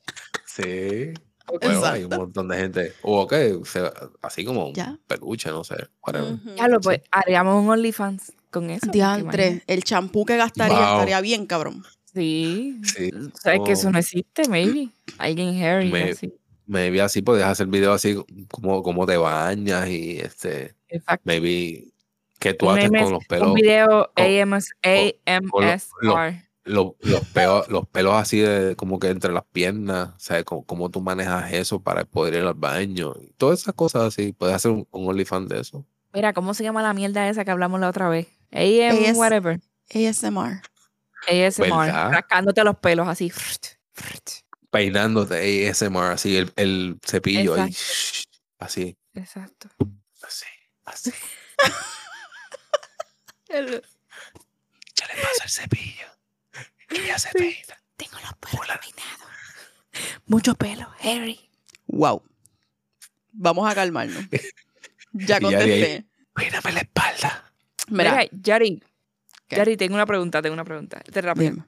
S1: Sí. Bueno, hay un
S2: Exacto.
S1: montón de gente. O que se- así como un
S2: Ya.
S1: peluche, no sé. whatever.
S2: Ujú.
S3: Ya lo pues, haríamos un OnlyFans con eso. porque imagínate.
S2: Diantre, el champú que gastaría
S1: Wow.
S2: estaría bien, cabrón.
S3: Sí.
S1: Sí.
S3: ¿Sabes que
S1: como-
S3: eso no existe, maybe? Alguien Harry,
S1: Oh. Me-
S3: así.
S1: Maybe así podías hacer videos así como, como te bañas y este,
S3: Exacto.
S1: maybe que tú
S3: Un
S1: haces
S3: MS
S1: con los pelos,
S3: Un video
S1: con-
S3: AMS,
S1: con lo-
S3: AMSR.
S1: lo- los, pelos, los pelos así de, como que entre las piernas, ¿sabes? Cómo, cómo tú manejas eso para poder ir al baño, y todas esas cosas así, puedes hacer un, un OnlyFans de eso.
S3: Mira, ¿cómo se llama la mierda esa que hablamos la otra vez? AM,
S2: AS.
S3: whatever.
S2: ASMR.
S3: ASMR.
S1: ¿Verdad?
S3: Rascándote los pelos así.
S1: Peinándote ASMR, así el, el cepillo, ahí, así,
S3: Exacto.
S1: así, así.
S2: [laughs]
S3: Tengo
S1: Ya le paso el cepillo. Y ya se peina.
S3: los
S1: Hola.
S3: pelos peinados. Mucho pelo, Harry.
S2: Wow. Vamos
S1: [laughs]
S2: a calmarnos. Ya
S1: Y ya de ahí-
S2: contesté.
S1: Peíname la espalda.
S2: Mira,
S3: Mira, Yari.
S2: ¿Qué?
S3: Yari, tengo una pregunta, tengo una pregunta. Este es rápido.
S2: bien.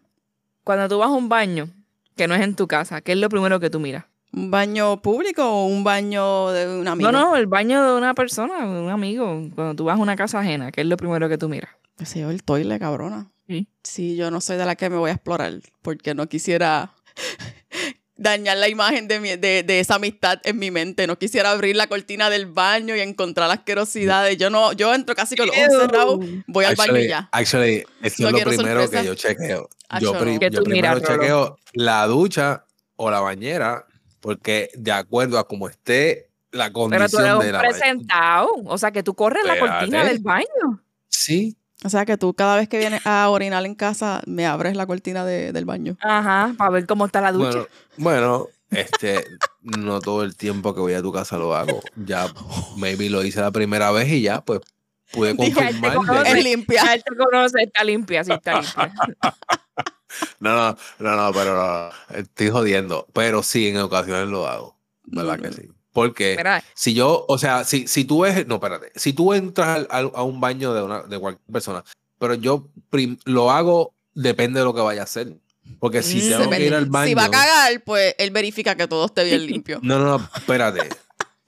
S3: Cuando tú vas a un baño que no es en tu casa, ¿qué es lo primero que tú miras?
S2: ¿un baño público o un baño de una amiga?
S3: No, no, el baño de una persona, de un amigo. Cuando tú vas a una casa ajena, ¿qué es lo primero que tú miras?
S2: Qué sé yo, el toile, cabrona.
S3: Sí.
S2: Sí, yo no soy de la que me voy a explorar porque no quisiera [laughs] dañar la imagen de, mi- de, de esa amistad en mi mente. No quisiera abrir la cortina del baño y encontrar asquerosidades. Yo no, yo entro casi con los ojos cerrados, voy al baño y
S1: Actually,
S2: ya.
S1: actually, eso
S2: No
S1: es lo
S2: quiero
S1: primero
S2: sorpresa.
S1: que yo chequeo. Yo,
S2: Actually,
S1: pri-
S2: no.
S1: yo
S3: ¿Qué tú
S1: primero
S3: miras, Rolo?
S1: chequeo la ducha o la bañera, porque de acuerdo a cómo esté la
S3: Pero tú eres
S1: condición de
S3: un
S1: la bañera.
S3: presentado. O sea, que tú corres la cortina
S1: Espérate.
S3: del baño.
S1: Sí,
S2: O sea que tú cada vez que vienes a orinar en casa, me abres la cortina de- del baño.
S3: Ajá, para ver cómo está la ducha.
S1: bueno, bueno, este, no todo el tiempo que voy a tu casa lo hago. Ya, maybe lo hice la primera vez y ya, pues, pude
S2: Dijo,
S3: "Él te
S1: confirmar. de
S2: Es
S1: que-
S2: limpia.
S3: [laughs] Ya él te conoce, está limpia, sí,
S1: [laughs]
S3: está limpia.
S1: No, no, no, no, pero no, no, estoy jodiendo. Pero sí, en ocasiones lo hago. [laughs] ¿Verdad que sí? Porque
S3: Mm. Mira,
S1: si yo, o sea, si, si tú ves, no, espérate, si tú entras al- al- a un baño de, una, de cualquier persona, pero yo prim- lo hago, depende de lo que vaya a hacer. Porque si
S3: Mm.
S1: tengo
S2: Se
S1: que ir al
S2: ve-
S1: baño.
S2: Si va a cagar, pues él verifica que todo esté bien limpio.
S1: No, no, no, espérate.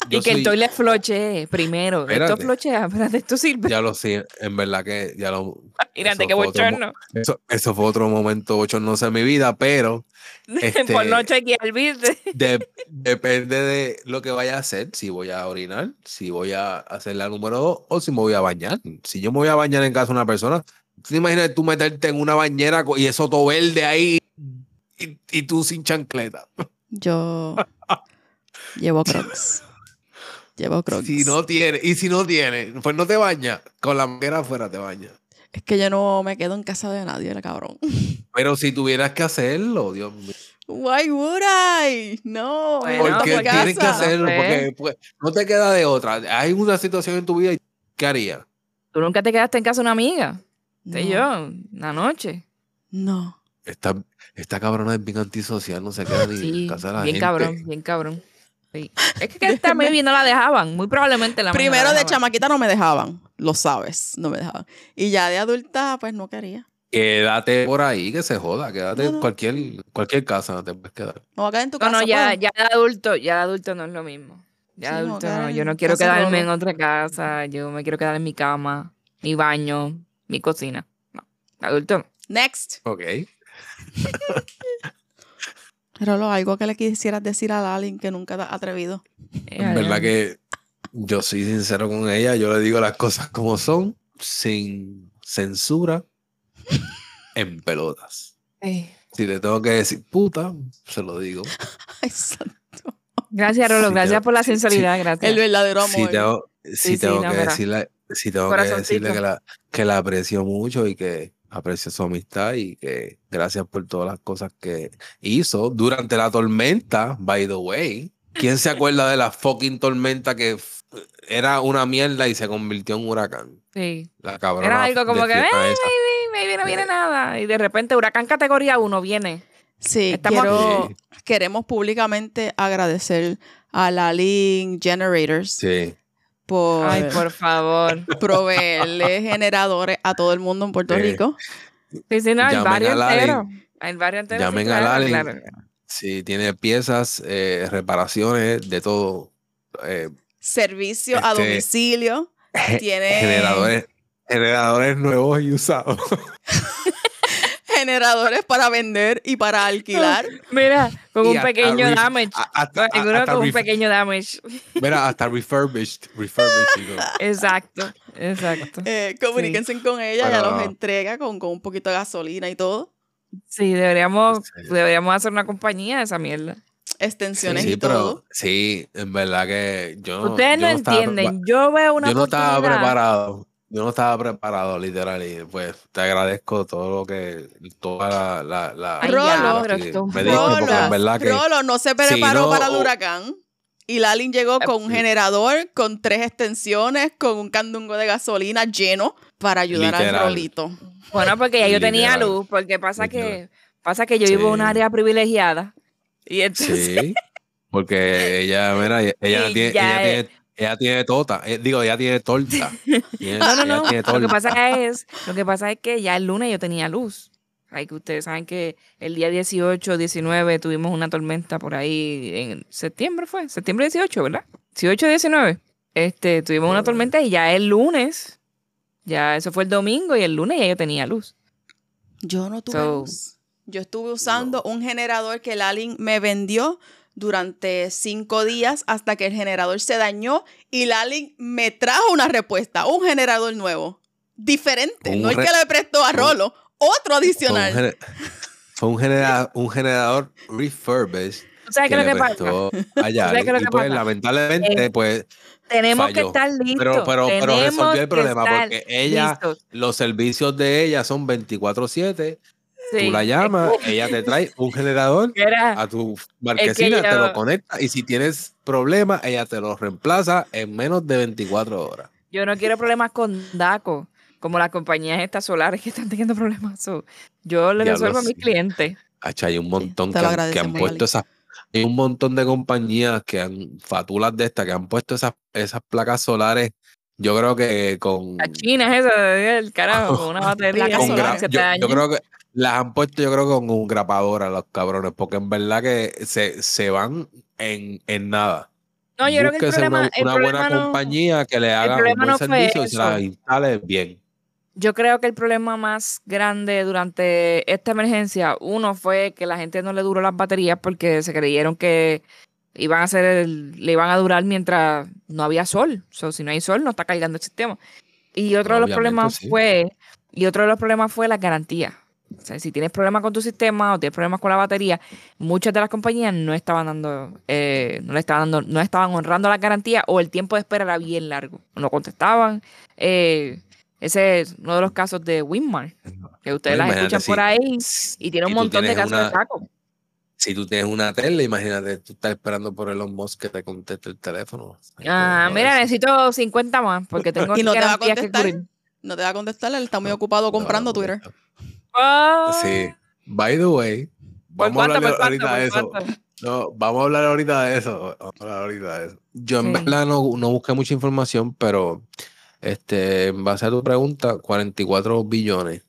S1: Yo
S3: [laughs] y que
S1: soy-
S3: el toilet flochee primero. Esto
S1: Espérate.
S3: flochea, espérate, esto sirve.
S1: Ya lo sé, en verdad que ya lo.
S3: Mírate,
S1: eso
S3: qué
S1: fue otro mo-
S3: bochorno. [laughs]
S1: Eso, eso fue otro momento bochornoso en mi vida, pero Este-
S3: Por no chequear, ¿viste?
S1: De- depende de lo que vaya a hacer, si voy a orinar, si voy a hacer la número dos o si me voy a bañar. Si yo me voy a bañar en casa de una persona, ¿tú te imaginas tú meterte en una bañera co- y eso todo verde ahí y, y tú sin chancleta?
S2: [laughs] Yo llevo crocs. Llevo crocs.
S1: Si no tiene, y si no tiene, pues no te bañas, con la manguera afuera te bañas.
S2: Es que yo no me quedo en casa de nadie, el cabrón. [laughs]
S1: Pero si tuvieras que hacerlo, Dios mío.
S2: Why would I? No, me
S3: Bueno,
S1: ¿Por
S2: voy pa'
S1: qué
S2: mi
S3: porque
S1: tienes que
S2: casa.
S1: hacerlo?
S3: No sé.
S1: Porque pues, no te queda de otra. Hay una situación en tu vida y ¿qué harías?
S3: Tú nunca te quedaste en casa de una amiga.
S2: No,
S3: Te yo, la noche.
S2: no.
S1: Esta, esta cabrona es bien antisocial, no se queda ni
S3: Sí,
S1: en casa de la
S3: bien
S1: gente.
S3: cabrón, bien cabrón. Sí. Es que esta maybe no la dejaban, muy probablemente la maybe no
S2: Primero
S3: la
S2: de
S3: dejaban.
S2: chamaquita no me dejaban, lo sabes, no me dejaban. Y ya de adulta, pues no quería.
S1: Quédate por ahí, que se joda. Quédate
S2: No,
S1: en
S2: no.
S1: cualquier, cualquier casa, no te puedes quedar.
S2: No va a quedar en tu
S3: No,
S2: casa.
S3: no, ya,
S2: pues.
S3: ya de adulto, ya de adulto no es lo mismo. Ya de
S2: Sí, no,
S3: adulto
S2: quedar
S3: no,
S2: en
S3: yo no quiero
S2: casa de
S3: quedarme en
S2: uno.
S3: otra casa, yo me quiero quedar en mi cama, mi baño, mi cocina. No, de adulto no.
S2: Next.
S1: Ok.
S3: Eh,
S2: Pero lo algo que le quisieras decir a Lalin que nunca te has atrevido. [laughs]
S3: Eh,
S1: En verdad
S3: eh,
S1: que yo soy sincero con ella, yo le digo las cosas como son, sin censura, en pelotas.
S3: eh.
S1: Si le tengo que decir puta, se lo digo.
S2: Ay, santo.
S3: Gracias, Rolo,
S1: Sí,
S3: gracias
S1: te-
S3: por la
S1: sí, sí.
S3: sinceridad,
S2: El
S3: gracias.
S2: verdadero amor.
S1: Si tengo, si
S3: Sí, sí,
S1: tengo
S3: no,
S1: que
S3: mira.
S1: decirle, si tengo que decirle
S3: Corazoncito.
S1: que la, que la aprecio mucho y que aprecio su amistad y que gracias por todas las cosas que hizo durante la tormenta, by the way. ¿Quién se acuerda de la fucking tormenta que f- era una mierda y se convirtió en huracán?
S3: Sí.
S1: La cabrona.
S3: Era algo como que,
S1: despierta
S3: "Eh,
S1: esa.
S3: Maybe, maybe no viene nada. Y de repente, huracán categoría 1 viene.
S2: Sí,
S3: Estamos
S2: quiero-
S1: aquí.
S2: queremos públicamente agradecer a Lalin Generators
S1: Sí.
S2: por, [laughs]
S3: Ay, por favor.
S2: proveerle generadores a todo el mundo en Puerto
S1: Sí.
S2: Rico.
S3: Sí, sí, no, el
S1: Llamen
S3: barrio
S1: a Lali.
S3: entero. El barrio entero. sí,
S1: Llamen a
S3: claro,
S1: Lali.
S3: claro.
S1: Si tiene piezas, eh, reparaciones, de todo. eh,
S2: Servicio a
S1: Este- [laughs]
S2: domicilio. Tiene
S1: generadores, generadores nuevos y usados.
S2: generadores para vender y para alquilar.
S3: Mira, con
S1: Y
S3: un
S1: a- a
S3: pequeño
S1: ref-
S3: damage.
S1: a- hasta, a-
S3: Seguro
S1: hasta
S3: con un
S1: ref-
S3: pequeño damage.
S1: mira, hasta refurbished. refurbished,
S3: [laughs]
S1: digo.
S3: Exacto, exacto.
S2: Eh, comuníquense con ella,
S1: Para-
S2: ya los entrega con, con un poquito de gasolina y todo.
S3: Sí, deberíamos,
S1: Sí.
S3: deberíamos hacer una compañía de esa mierda.
S2: Extensiones
S1: Sí,
S2: y todo.
S1: pero sí, en verdad que yo no,
S3: Ustedes
S1: yo
S3: no,
S1: no estaba
S3: entienden. Yo veo una
S1: Yo no estaba
S3: oportunidad.
S1: preparado. Yo no estaba preparado, literal. Y pues te agradezco todo lo que. Toda la. la, la
S3: Ay,
S1: la-
S2: Rolo,
S1: la-
S3: pero
S1: me
S3: esto-
S1: diste, porque en
S2: Rolo,
S1: verdad que.
S2: Rolo no se preparó
S1: no,
S2: para el
S1: o-
S2: huracán. Y Lalin llegó con un
S1: Eh,
S2: generador, con tres extensiones, con un candungo de gasolina lleno para ayudar al
S1: Literal.
S2: Rolito.
S3: Bueno, porque ya yo tenía
S1: Literal.
S3: luz, porque pasa que
S1: Literal.
S3: pasa que yo vivo en un
S1: Sí.
S3: área privilegiada. Y entonces
S1: Sí. Porque ella, mira, ella,
S3: Y
S1: tiene, ella,
S3: ya
S1: tiene, ella tiene tota. eh, digo, ella tiene torta. Tiene-
S3: [laughs] No,
S1: ella
S3: no, Ah, no.
S1: tiene
S3: Lo que
S1: torta. [laughs]
S3: pasa es, lo que pasa es que ya el lunes yo tenía luz. Ay, que ustedes saben que el día 18, 19 tuvimos una tormenta por ahí en septiembre fue, septiembre 18, ¿verdad? 18, 19. Este, tuvimos una
S1: Joder.
S3: tormenta y ya el lunes, ya eso fue el domingo y el lunes ya yo tenía luz.
S2: Yo no tuve
S3: So-
S2: luz. Yo estuve usando un generador que Lalin me vendió durante cinco días hasta que el generador se dañó y Lalin me trajo una respuesta, un generador nuevo, diferente,
S1: Un
S2: no el
S1: re-
S2: que le prestó a Rolo, otro
S1: Fue un,
S2: adicional.
S1: gener- fue un, genera- un generador refurbished
S3: ¿Tú sabes
S1: que
S3: qué es
S1: le
S3: lo que pasa? [laughs]
S1: prestó a Yari.
S3: qué es lo
S1: Y
S3: que
S1: pues,
S3: pasa?
S1: lamentablemente, pues,
S3: Tenemos que
S1: falló.
S3: estar listos.
S1: pero, pero, pero
S3: Tenemos
S1: resolvió el
S3: que
S1: problema
S3: estar
S1: porque ella,
S3: listos.
S1: los servicios de ella son 24-7.
S3: Sí.
S1: Tú la llamas, ella te trae un
S3: [laughs]
S1: generador
S3: Era-
S1: a tu marquesina, te
S3: yo-
S1: lo conecta y si tienes problemas, ella te los reemplaza en menos de 24 horas.
S3: Yo no quiero problemas con DACO, como las compañías estas solares que están teniendo problemas. So, yo le
S1: Diablo,
S3: resuelvo a mis
S1: sí.
S3: clientes.
S1: Hacha, hay un montón
S2: te
S1: que,
S2: lo
S1: han- que han
S2: agradecemos,
S1: puesto
S2: Gali.
S1: esas. Hay un montón de compañías que han, fatulas de estas, que han puesto esas, esas placas solares. Yo creo que con.
S3: La China es esa, del carajo, con
S1: [laughs]
S3: una batería.
S2: Placas
S1: con
S2: solar.
S1: gra-
S3: que se
S1: yo,
S3: daña.
S1: yo creo que las han puesto, yo creo, con un grapador a los cabrones, porque en verdad que se, se van en, en nada.
S3: no, yo creo que el
S1: Búsquese
S3: problema,
S1: una,
S3: el
S1: una
S3: problema
S1: buena
S3: no-
S1: compañía que le haga un
S3: problema
S1: buen
S3: no fue
S1: servicio y se la
S3: eso.
S1: instale bien.
S3: Yo creo que el problema más grande durante esta emergencia, uno fue que la gente no le duró las baterías porque se creyeron que iban a hacer el- le iban a durar mientras no había sol. So, si no hay sol, no está cargando el sistema. Y otro de los
S1: Obviamente,
S3: problemas
S1: sí.
S3: fue, y otro de los problemas fue las garantías. O sea, si tienes problemas con tu sistema o tienes problemas con la batería, muchas de las compañías no estaban dando, eh, no le estaban dando, no estaban honrando las garantías o el tiempo de espera era bien largo. No contestaban. eh, ese es uno de los casos de Winmar, que ustedes
S1: Bueno, imagínate
S3: las escuchan
S1: si-
S3: por ahí y
S1: Si
S3: tiene un
S1: tú
S3: montón de
S1: tienes
S3: casos de
S1: una-
S3: saco.
S1: Si tú tienes una tele, imagínate, tú estás esperando por Elon Musk que te conteste el teléfono. Ahí
S3: Ah,
S1: tienes
S3: mira,
S1: eso.
S3: necesito 50 más porque tengo
S2: [laughs] Y no te va a
S3: garantías que
S2: contestar.
S3: cubrir.
S2: No te va a contestar, él está muy
S1: No,
S2: ocupado
S1: No,
S2: comprando
S1: no,
S2: Twitter.
S1: no.
S3: Ah,
S1: Sí. By the way,
S3: ¿por
S1: vamos a hablar
S3: cuánto, por
S1: ahorita
S3: cuánto,
S1: de
S3: por
S1: eso.
S3: cuánto?
S1: No, vamos a hablar ahorita de eso. Vamos a hablar ahorita de eso. Yo en
S3: Sí.
S1: verdad no, no busqué mucha información, pero este, en base a tu pregunta, 44 billones.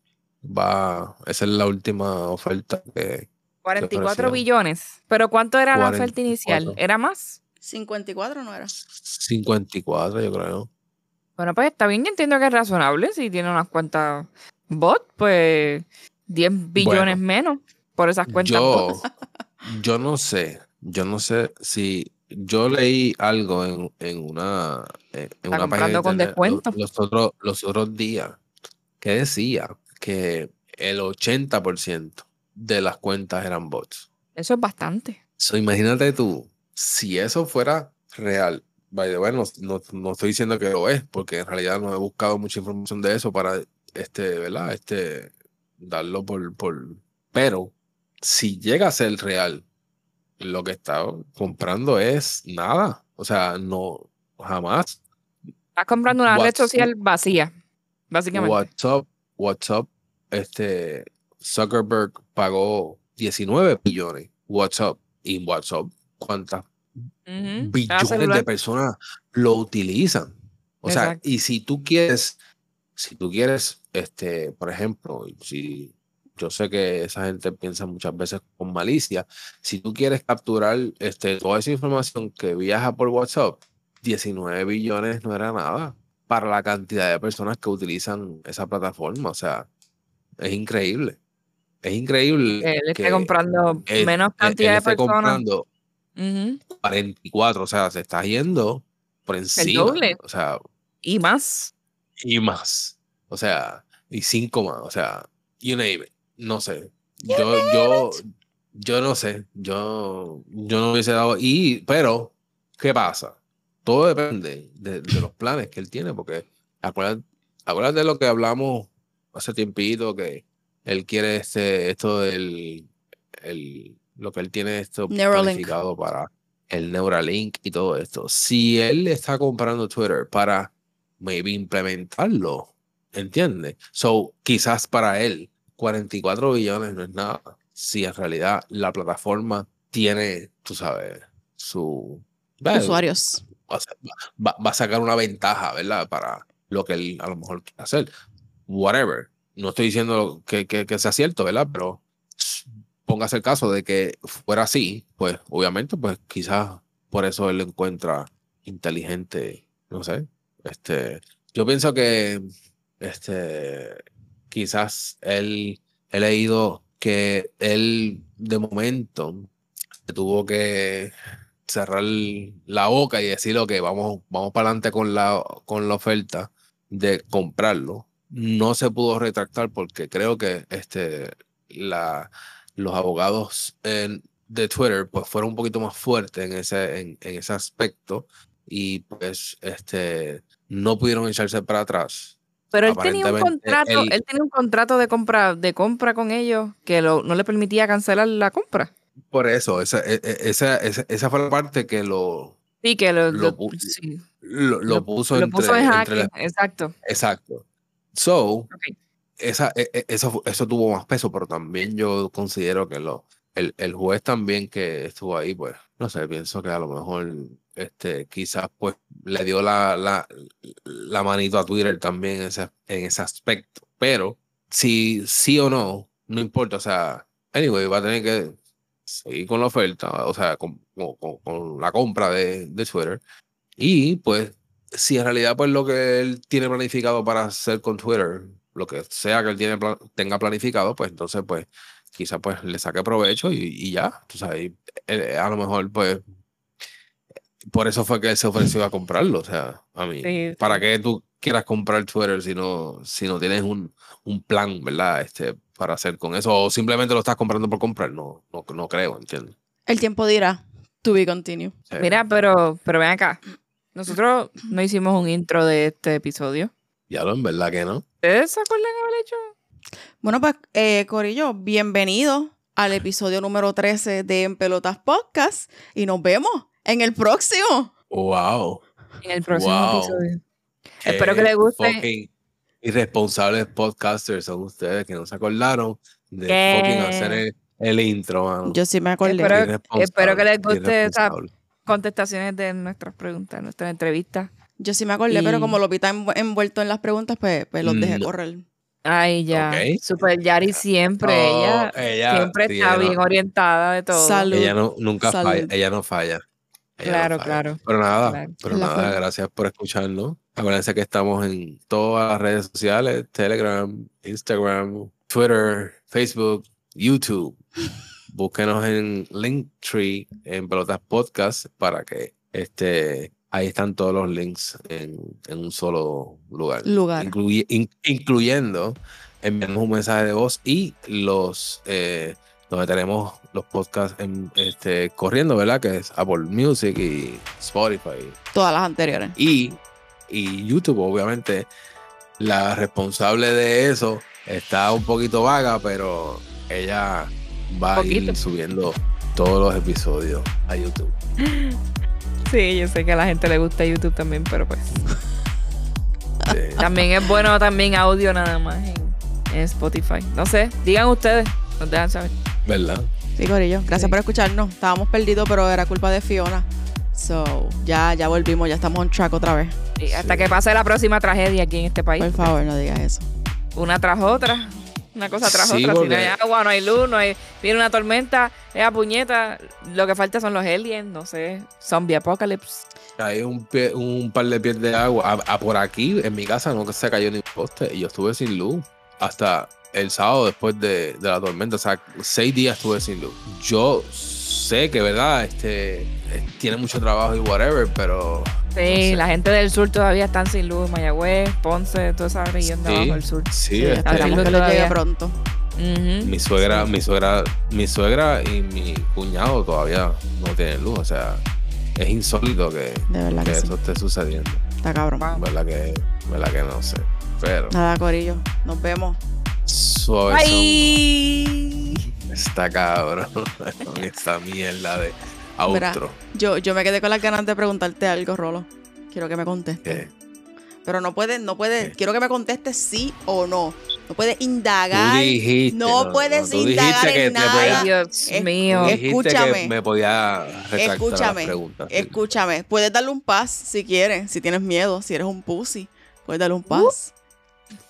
S1: Va, esa es la última oferta que
S3: 44
S1: ofrecieron.
S3: billones. ¿Pero cuánto era la oferta
S1: 44.
S3: inicial? ¿Era más?
S2: 54 no era.
S1: 54, yo creo.
S3: Bueno, pues está bien, yo entiendo que es razonable. Si tiene unas cuentas bot, pues 10 billones menos por esas cuentas bot.
S1: Yo, yo no sé, yo no sé si yo leí algo en, en una, en en una página de
S3: comprando con
S1: internet lo-
S3: descuento.
S1: los otros, los otros días que decía que el 80% de las cuentas eran bots.
S3: Eso es bastante.
S1: So, imagínate tú, si eso fuera real, by the way, no, no- no estoy diciendo que lo es, porque en realidad no he buscado mucha información de eso para, este, ¿verdad? Este, darlo por, por... Pero si llega a ser real, lo que está comprando es nada. O sea, no, jamás.
S3: Estás comprando una red
S1: What's-
S3: social vacía, básicamente.
S1: WhatsApp, WhatsApp, este, Zuckerberg pagó 19 billones. WhatsApp, y WhatsApp, ¿cuántas
S3: Ujú, cada
S1: billones
S3: celular.
S1: de personas lo utilizan. O sea,
S3: Exacto.
S1: y si tú quieres, si tú quieres este, por ejemplo, si yo sé que esa gente piensa muchas veces con malicia, si tú quieres capturar este, toda esa información que viaja por WhatsApp, 19 billones no era nada para la cantidad de personas que utilizan esa plataforma. O sea, es increíble. Es increíble.
S3: Él
S1: que
S3: está comprando
S1: él-
S3: menos
S1: él- él
S3: cantidad de
S1: esté
S3: personas.
S1: comprando
S3: Ujú.
S1: 44, o sea, se está yendo por encima.
S3: doble.
S1: O sea,
S3: Y más.
S1: y más. O sea, y cinco más. O sea, you name it. No sé. Yo, yo, yo no sé. Yo, yo no hubiese dado. Y, pero, ¿qué pasa? Todo depende de, de los planes que él tiene, porque acuérdate, acuérdate de lo que hablamos hace tiempito, que él quiere este, esto del, el, lo que él tiene esto
S2: Neuralink.
S1: planificado para el Neuralink y todo esto. Si él está comprando Twitter para maybe implementarlo. ¿Entiendes? So, quizás para él, 44 billones no es nada. Si en realidad la plataforma tiene, tú sabes, su. va-
S2: usuarios.
S1: Va, a sa- va- va a sacar una ventaja, ¿verdad? Para lo que él a lo mejor quiere hacer. Whatever. No estoy diciendo que, que, que sea cierto, ¿verdad? Pero póngase el caso de que fuera así, pues obviamente, pues quizás por eso él lo encuentra inteligente, no sé. Este, yo pienso que este, quizás él, he leído que él de momento se tuvo que cerrar la boca y decir, ok, vamos, vamos para adelante con la, con la oferta de comprarlo. No se pudo retractar porque creo que este, la, los abogados en- de Twitter pues, fueron un poquito más fuertes en ese, en, en ese aspecto y pues este, no pudieron echarse para atrás.
S3: Pero él tenía un
S1: Aparentemente,
S3: contrato,
S1: él-
S3: él tenía un contrato de compra, de compra con ellos que lo- no le permitía cancelar la compra.
S1: Por eso, esa, e- e- esa, esa, esa fue la parte que lo,
S3: Sí, que lo,
S1: Lo
S3: lo-
S1: pu-
S3: sí,
S1: lo, lo
S3: Lo-
S1: puso,
S3: lo
S1: entre,
S3: puso en
S1: entre
S3: jaque.
S1: la-
S3: Exacto.
S1: Exacto. So,
S3: Ok.
S1: esa, e- e- eso, fu- eso tuvo más peso, pero también yo considero que lo, el, el juez también que estuvo ahí, pues, no sé, pienso que a lo mejor, este, quizás, pues, le dio la, la, la manito a Twitter también en ese, en ese aspecto. Pero, si sí o no, no importa, o sea, anyway, va a tener que seguir con la oferta, o sea, con, con- con- con la compra de, de Twitter. Y, pues, si en realidad pues lo que él tiene planificado para hacer con Twitter, lo que sea que él tiene pla- tenga planificado, pues entonces pues quizá pues le saque provecho y, y ya, tú sabes, y, eh, a lo mejor pues por eso fue que él se ofreció a comprarlo, o sea, a mí,
S3: Sí,
S1: ¿para
S3: sí.
S1: qué tú quieras comprar Twitter si no, si no tienes un, un plan, ¿verdad? Este, para hacer con eso, o simplemente lo estás comprando por comprar, no, no, no creo, ¿entiendes?
S2: El tiempo dirá. To be continue.
S1: O sea,
S3: Mira, pero, pero ven acá. Nosotros no hicimos un intro de este episodio.
S1: ya lo en verdad que no.
S3: ¿Ustedes se acuerdan haber hecho?
S2: Bueno, pues, eh, Corillo, bienvenido al episodio número 13 de En Pelotas Podcast. Y nos vemos en el próximo.
S1: Wow.
S3: En el próximo
S1: Wow.
S3: episodio. Espero que les guste.
S1: Eh, fucking irresponsables podcasters son ustedes que no se acordaron de
S3: ¿Qué?
S1: fucking hacer el, el intro, mano.
S2: Yo sí me acordé.
S3: Espero-
S1: Irresponsables,
S3: espero que les guste esa-
S1: irresponsables.
S3: Contestaciones de nuestras preguntas, nuestras entrevistas.
S2: Yo sí me acordé,
S3: Y-
S2: pero como lo vi tan envu- envuelto en las preguntas, pues, pues los dejé
S1: No.
S2: correr.
S3: Ay, ya.
S1: Ok.
S3: Super Yari siempre.
S1: Oh,
S3: ella
S1: ella-
S3: siempre
S1: sí,
S3: está
S1: ella no-
S3: bien orientada de todo.
S2: Salud.
S1: Ella no, nunca
S2: Salud.
S1: falla, ella no falla. Ella no
S3: Claro,
S1: falla.
S3: claro.
S1: Pero nada,
S3: Claro.
S1: pero
S2: La
S1: nada,
S2: forma.
S1: gracias por escucharnos. Acuérdense que estamos en todas las redes sociales, Telegram, Instagram, Twitter, Facebook, YouTube. Búsquenos en Linktree, en Pelotas Podcast, para que este, ahí están todos los links en, en un solo lugar.
S2: Lugar.
S1: Incluye- in- incluyendo enviarnos un mensaje de voz y los eh, donde tenemos los podcasts en, este, corriendo, ¿verdad? Que es Apple Music y Spotify
S2: Todas las anteriores.
S1: y, y YouTube, obviamente. La responsable de eso está un poquito vaga, pero ella va a ir
S3: Poquito.
S1: subiendo todos los episodios a YouTube.
S3: Sí, yo sé que a la gente le gusta YouTube también, pero pues.
S1: Sí.
S3: También es bueno también audio nada más en, en Spotify. No sé, digan ustedes. Nos dejan saber.
S1: ¿Verdad?
S2: Sí, Corillo. Gracias
S3: Sí.
S2: por escucharnos. Estábamos perdidos, pero era culpa de Fiona. So, ya, ya volvimos, ya estamos on track otra vez.
S3: Y hasta
S1: Sí.
S3: que pase la próxima tragedia aquí en este país.
S2: Por favor, no digas eso.
S3: una tras otra, una cosa tras
S1: Sí,
S3: otra. Si no
S1: porque-
S3: hay agua, no hay luz, no hay, viene una tormenta, es a puñeta. Lo que falta son los aliens, no sé, zombie apocalypse.
S1: Caí un, pie- un par de pies de agua. A, a por aquí, en mi casa, no se cayó ni un poste. Y yo estuve sin luz hasta el sábado después de, de la tormenta. O sea, seis días estuve sin luz. Yo sé que, ¿verdad? Este, eh, tiene mucho trabajo y whatever, pero...
S3: Sí,
S1: sé.
S3: la gente del sur todavía están sin luz, Mayagüez, Ponce, toda esa región de
S1: Sí.
S3: abajo del sur.
S1: Sí,
S2: Eh,
S1: este,
S2: esperamos
S3: Este-
S2: que lo llegue
S3: Todavía.
S2: pronto.
S3: Ujú.
S1: mi suegra,
S3: Sí.
S1: mi suegra, mi suegra y mi cuñado todavía no tienen luz. O sea, es insólito que,
S2: De verdad
S1: que
S2: que sí.
S1: eso esté sucediendo.
S2: Está cabrón.
S3: Wow.
S1: ¿Verdad que, verdad que no sé? Pero
S2: Nada, Corillo. Nos vemos.
S1: suave
S3: Bye.
S1: Está cabrón. [laughs] Con esta mierda de
S2: Verá.
S1: outro.
S2: Yo, yo me quedé con las ganas de preguntarte algo, Rolo. Quiero que me
S1: Que
S2: contestes. Pero no puedes, no puedes.
S1: ¿Qué?
S2: Quiero que me contestes sí o no. No puedes
S1: tú
S2: indagar.
S1: dijiste,
S2: no puedes
S1: tú dijiste
S2: indagar en
S1: te
S2: nada.
S3: Ay,
S1: podía-
S3: Dios
S2: Es-
S1: tú
S3: mío.
S2: es-
S1: dijiste
S2: Escúchame.
S1: que me podía retractar
S2: Escúchame,
S1: las preguntas.
S2: Escúchame, puedes darle un pass si quieres, si tienes miedo, si eres un pussy, puedes darle un pass.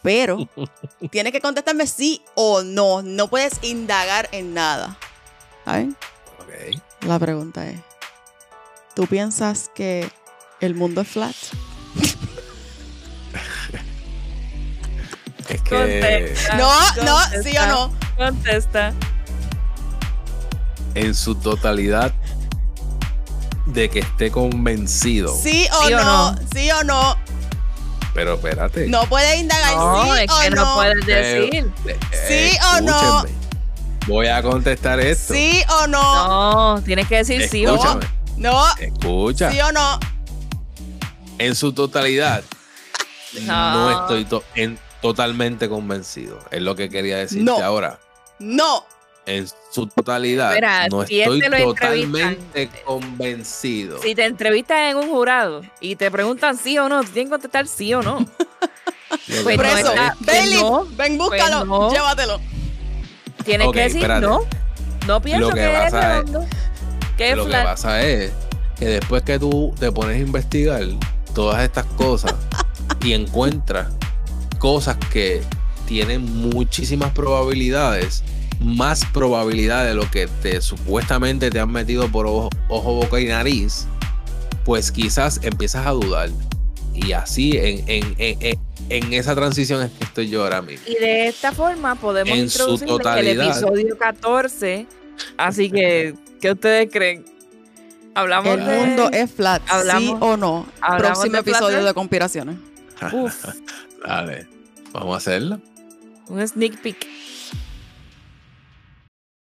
S2: Pero
S1: [laughs]
S2: tienes que contestarme sí o no. No puedes indagar en nada. ¿Saben?
S1: Ok.
S2: La pregunta es: ¿Tú piensas que el mundo es flat?
S1: Es que
S3: Contesta,
S2: no, no, sí o
S3: contesta,
S2: no.
S3: Contesta.
S1: en su totalidad, de que esté convencido.
S2: Sí o,
S3: Sí o
S2: no,
S3: no.
S2: sí o no.
S1: Pero espérate.
S2: No puedes indagar
S3: No,
S2: sí
S3: es
S2: o
S3: que no,
S2: no.
S3: puedes
S1: Pero-
S3: decir.
S1: Eh,
S2: ¿Sí o no?
S1: escúchenme. Voy a contestar esto.
S2: Sí o no.
S3: No, tienes que decir sí o no.
S1: Escúchame,
S2: No,
S1: escucha.
S2: sí o no.
S1: En su totalidad, no,
S3: No.
S1: estoy to- en- totalmente convencido. Es lo que quería decirte
S2: No.
S1: ahora.
S2: No.
S1: En su totalidad,
S3: Espera,
S1: no
S3: si
S1: estoy
S3: este lo entrevistan-
S1: totalmente convencido.
S3: Si te entrevistas en un jurado y te preguntan sí o no, tú tienes que contestar sí o no.
S1: Yo creo
S3: pues,
S1: que-
S2: Preso.
S3: no está-
S2: Bailey,
S3: no, pues
S2: ven, búscalo.
S3: no.
S2: Llévatelo.
S3: Tienes
S1: Ok,
S3: que decir
S1: espérate.
S3: no. No pienso
S1: que
S3: que, es
S1: pasa es-
S3: redondo. Que es
S1: lo que
S3: flat.
S1: pasa es que después que tú te pones a investigar todas estas cosas y encuentras cosas que tienen muchísimas probabilidades, más probabilidad de lo que te supuestamente te han metido por ojo, ojo, boca y nariz, pues quizás empiezas a dudar. Y así en, en- en- en- en esa transición es que estoy yo ahora mismo.
S3: Y de esta forma podemos
S1: En su
S3: introducir el
S1: totalidad.
S3: episodio 14. Así que, ¿qué ustedes creen? Hablamos
S2: El
S1: Hola.
S3: de-
S2: mundo es flat, sí
S3: Hablamos-
S2: o no.
S3: hablamos
S2: Próximo
S3: de
S2: episodio
S3: placer.
S2: de conspiraciones.
S3: Uf,
S1: Dale, vamos a hacerlo.
S3: un sneak peek.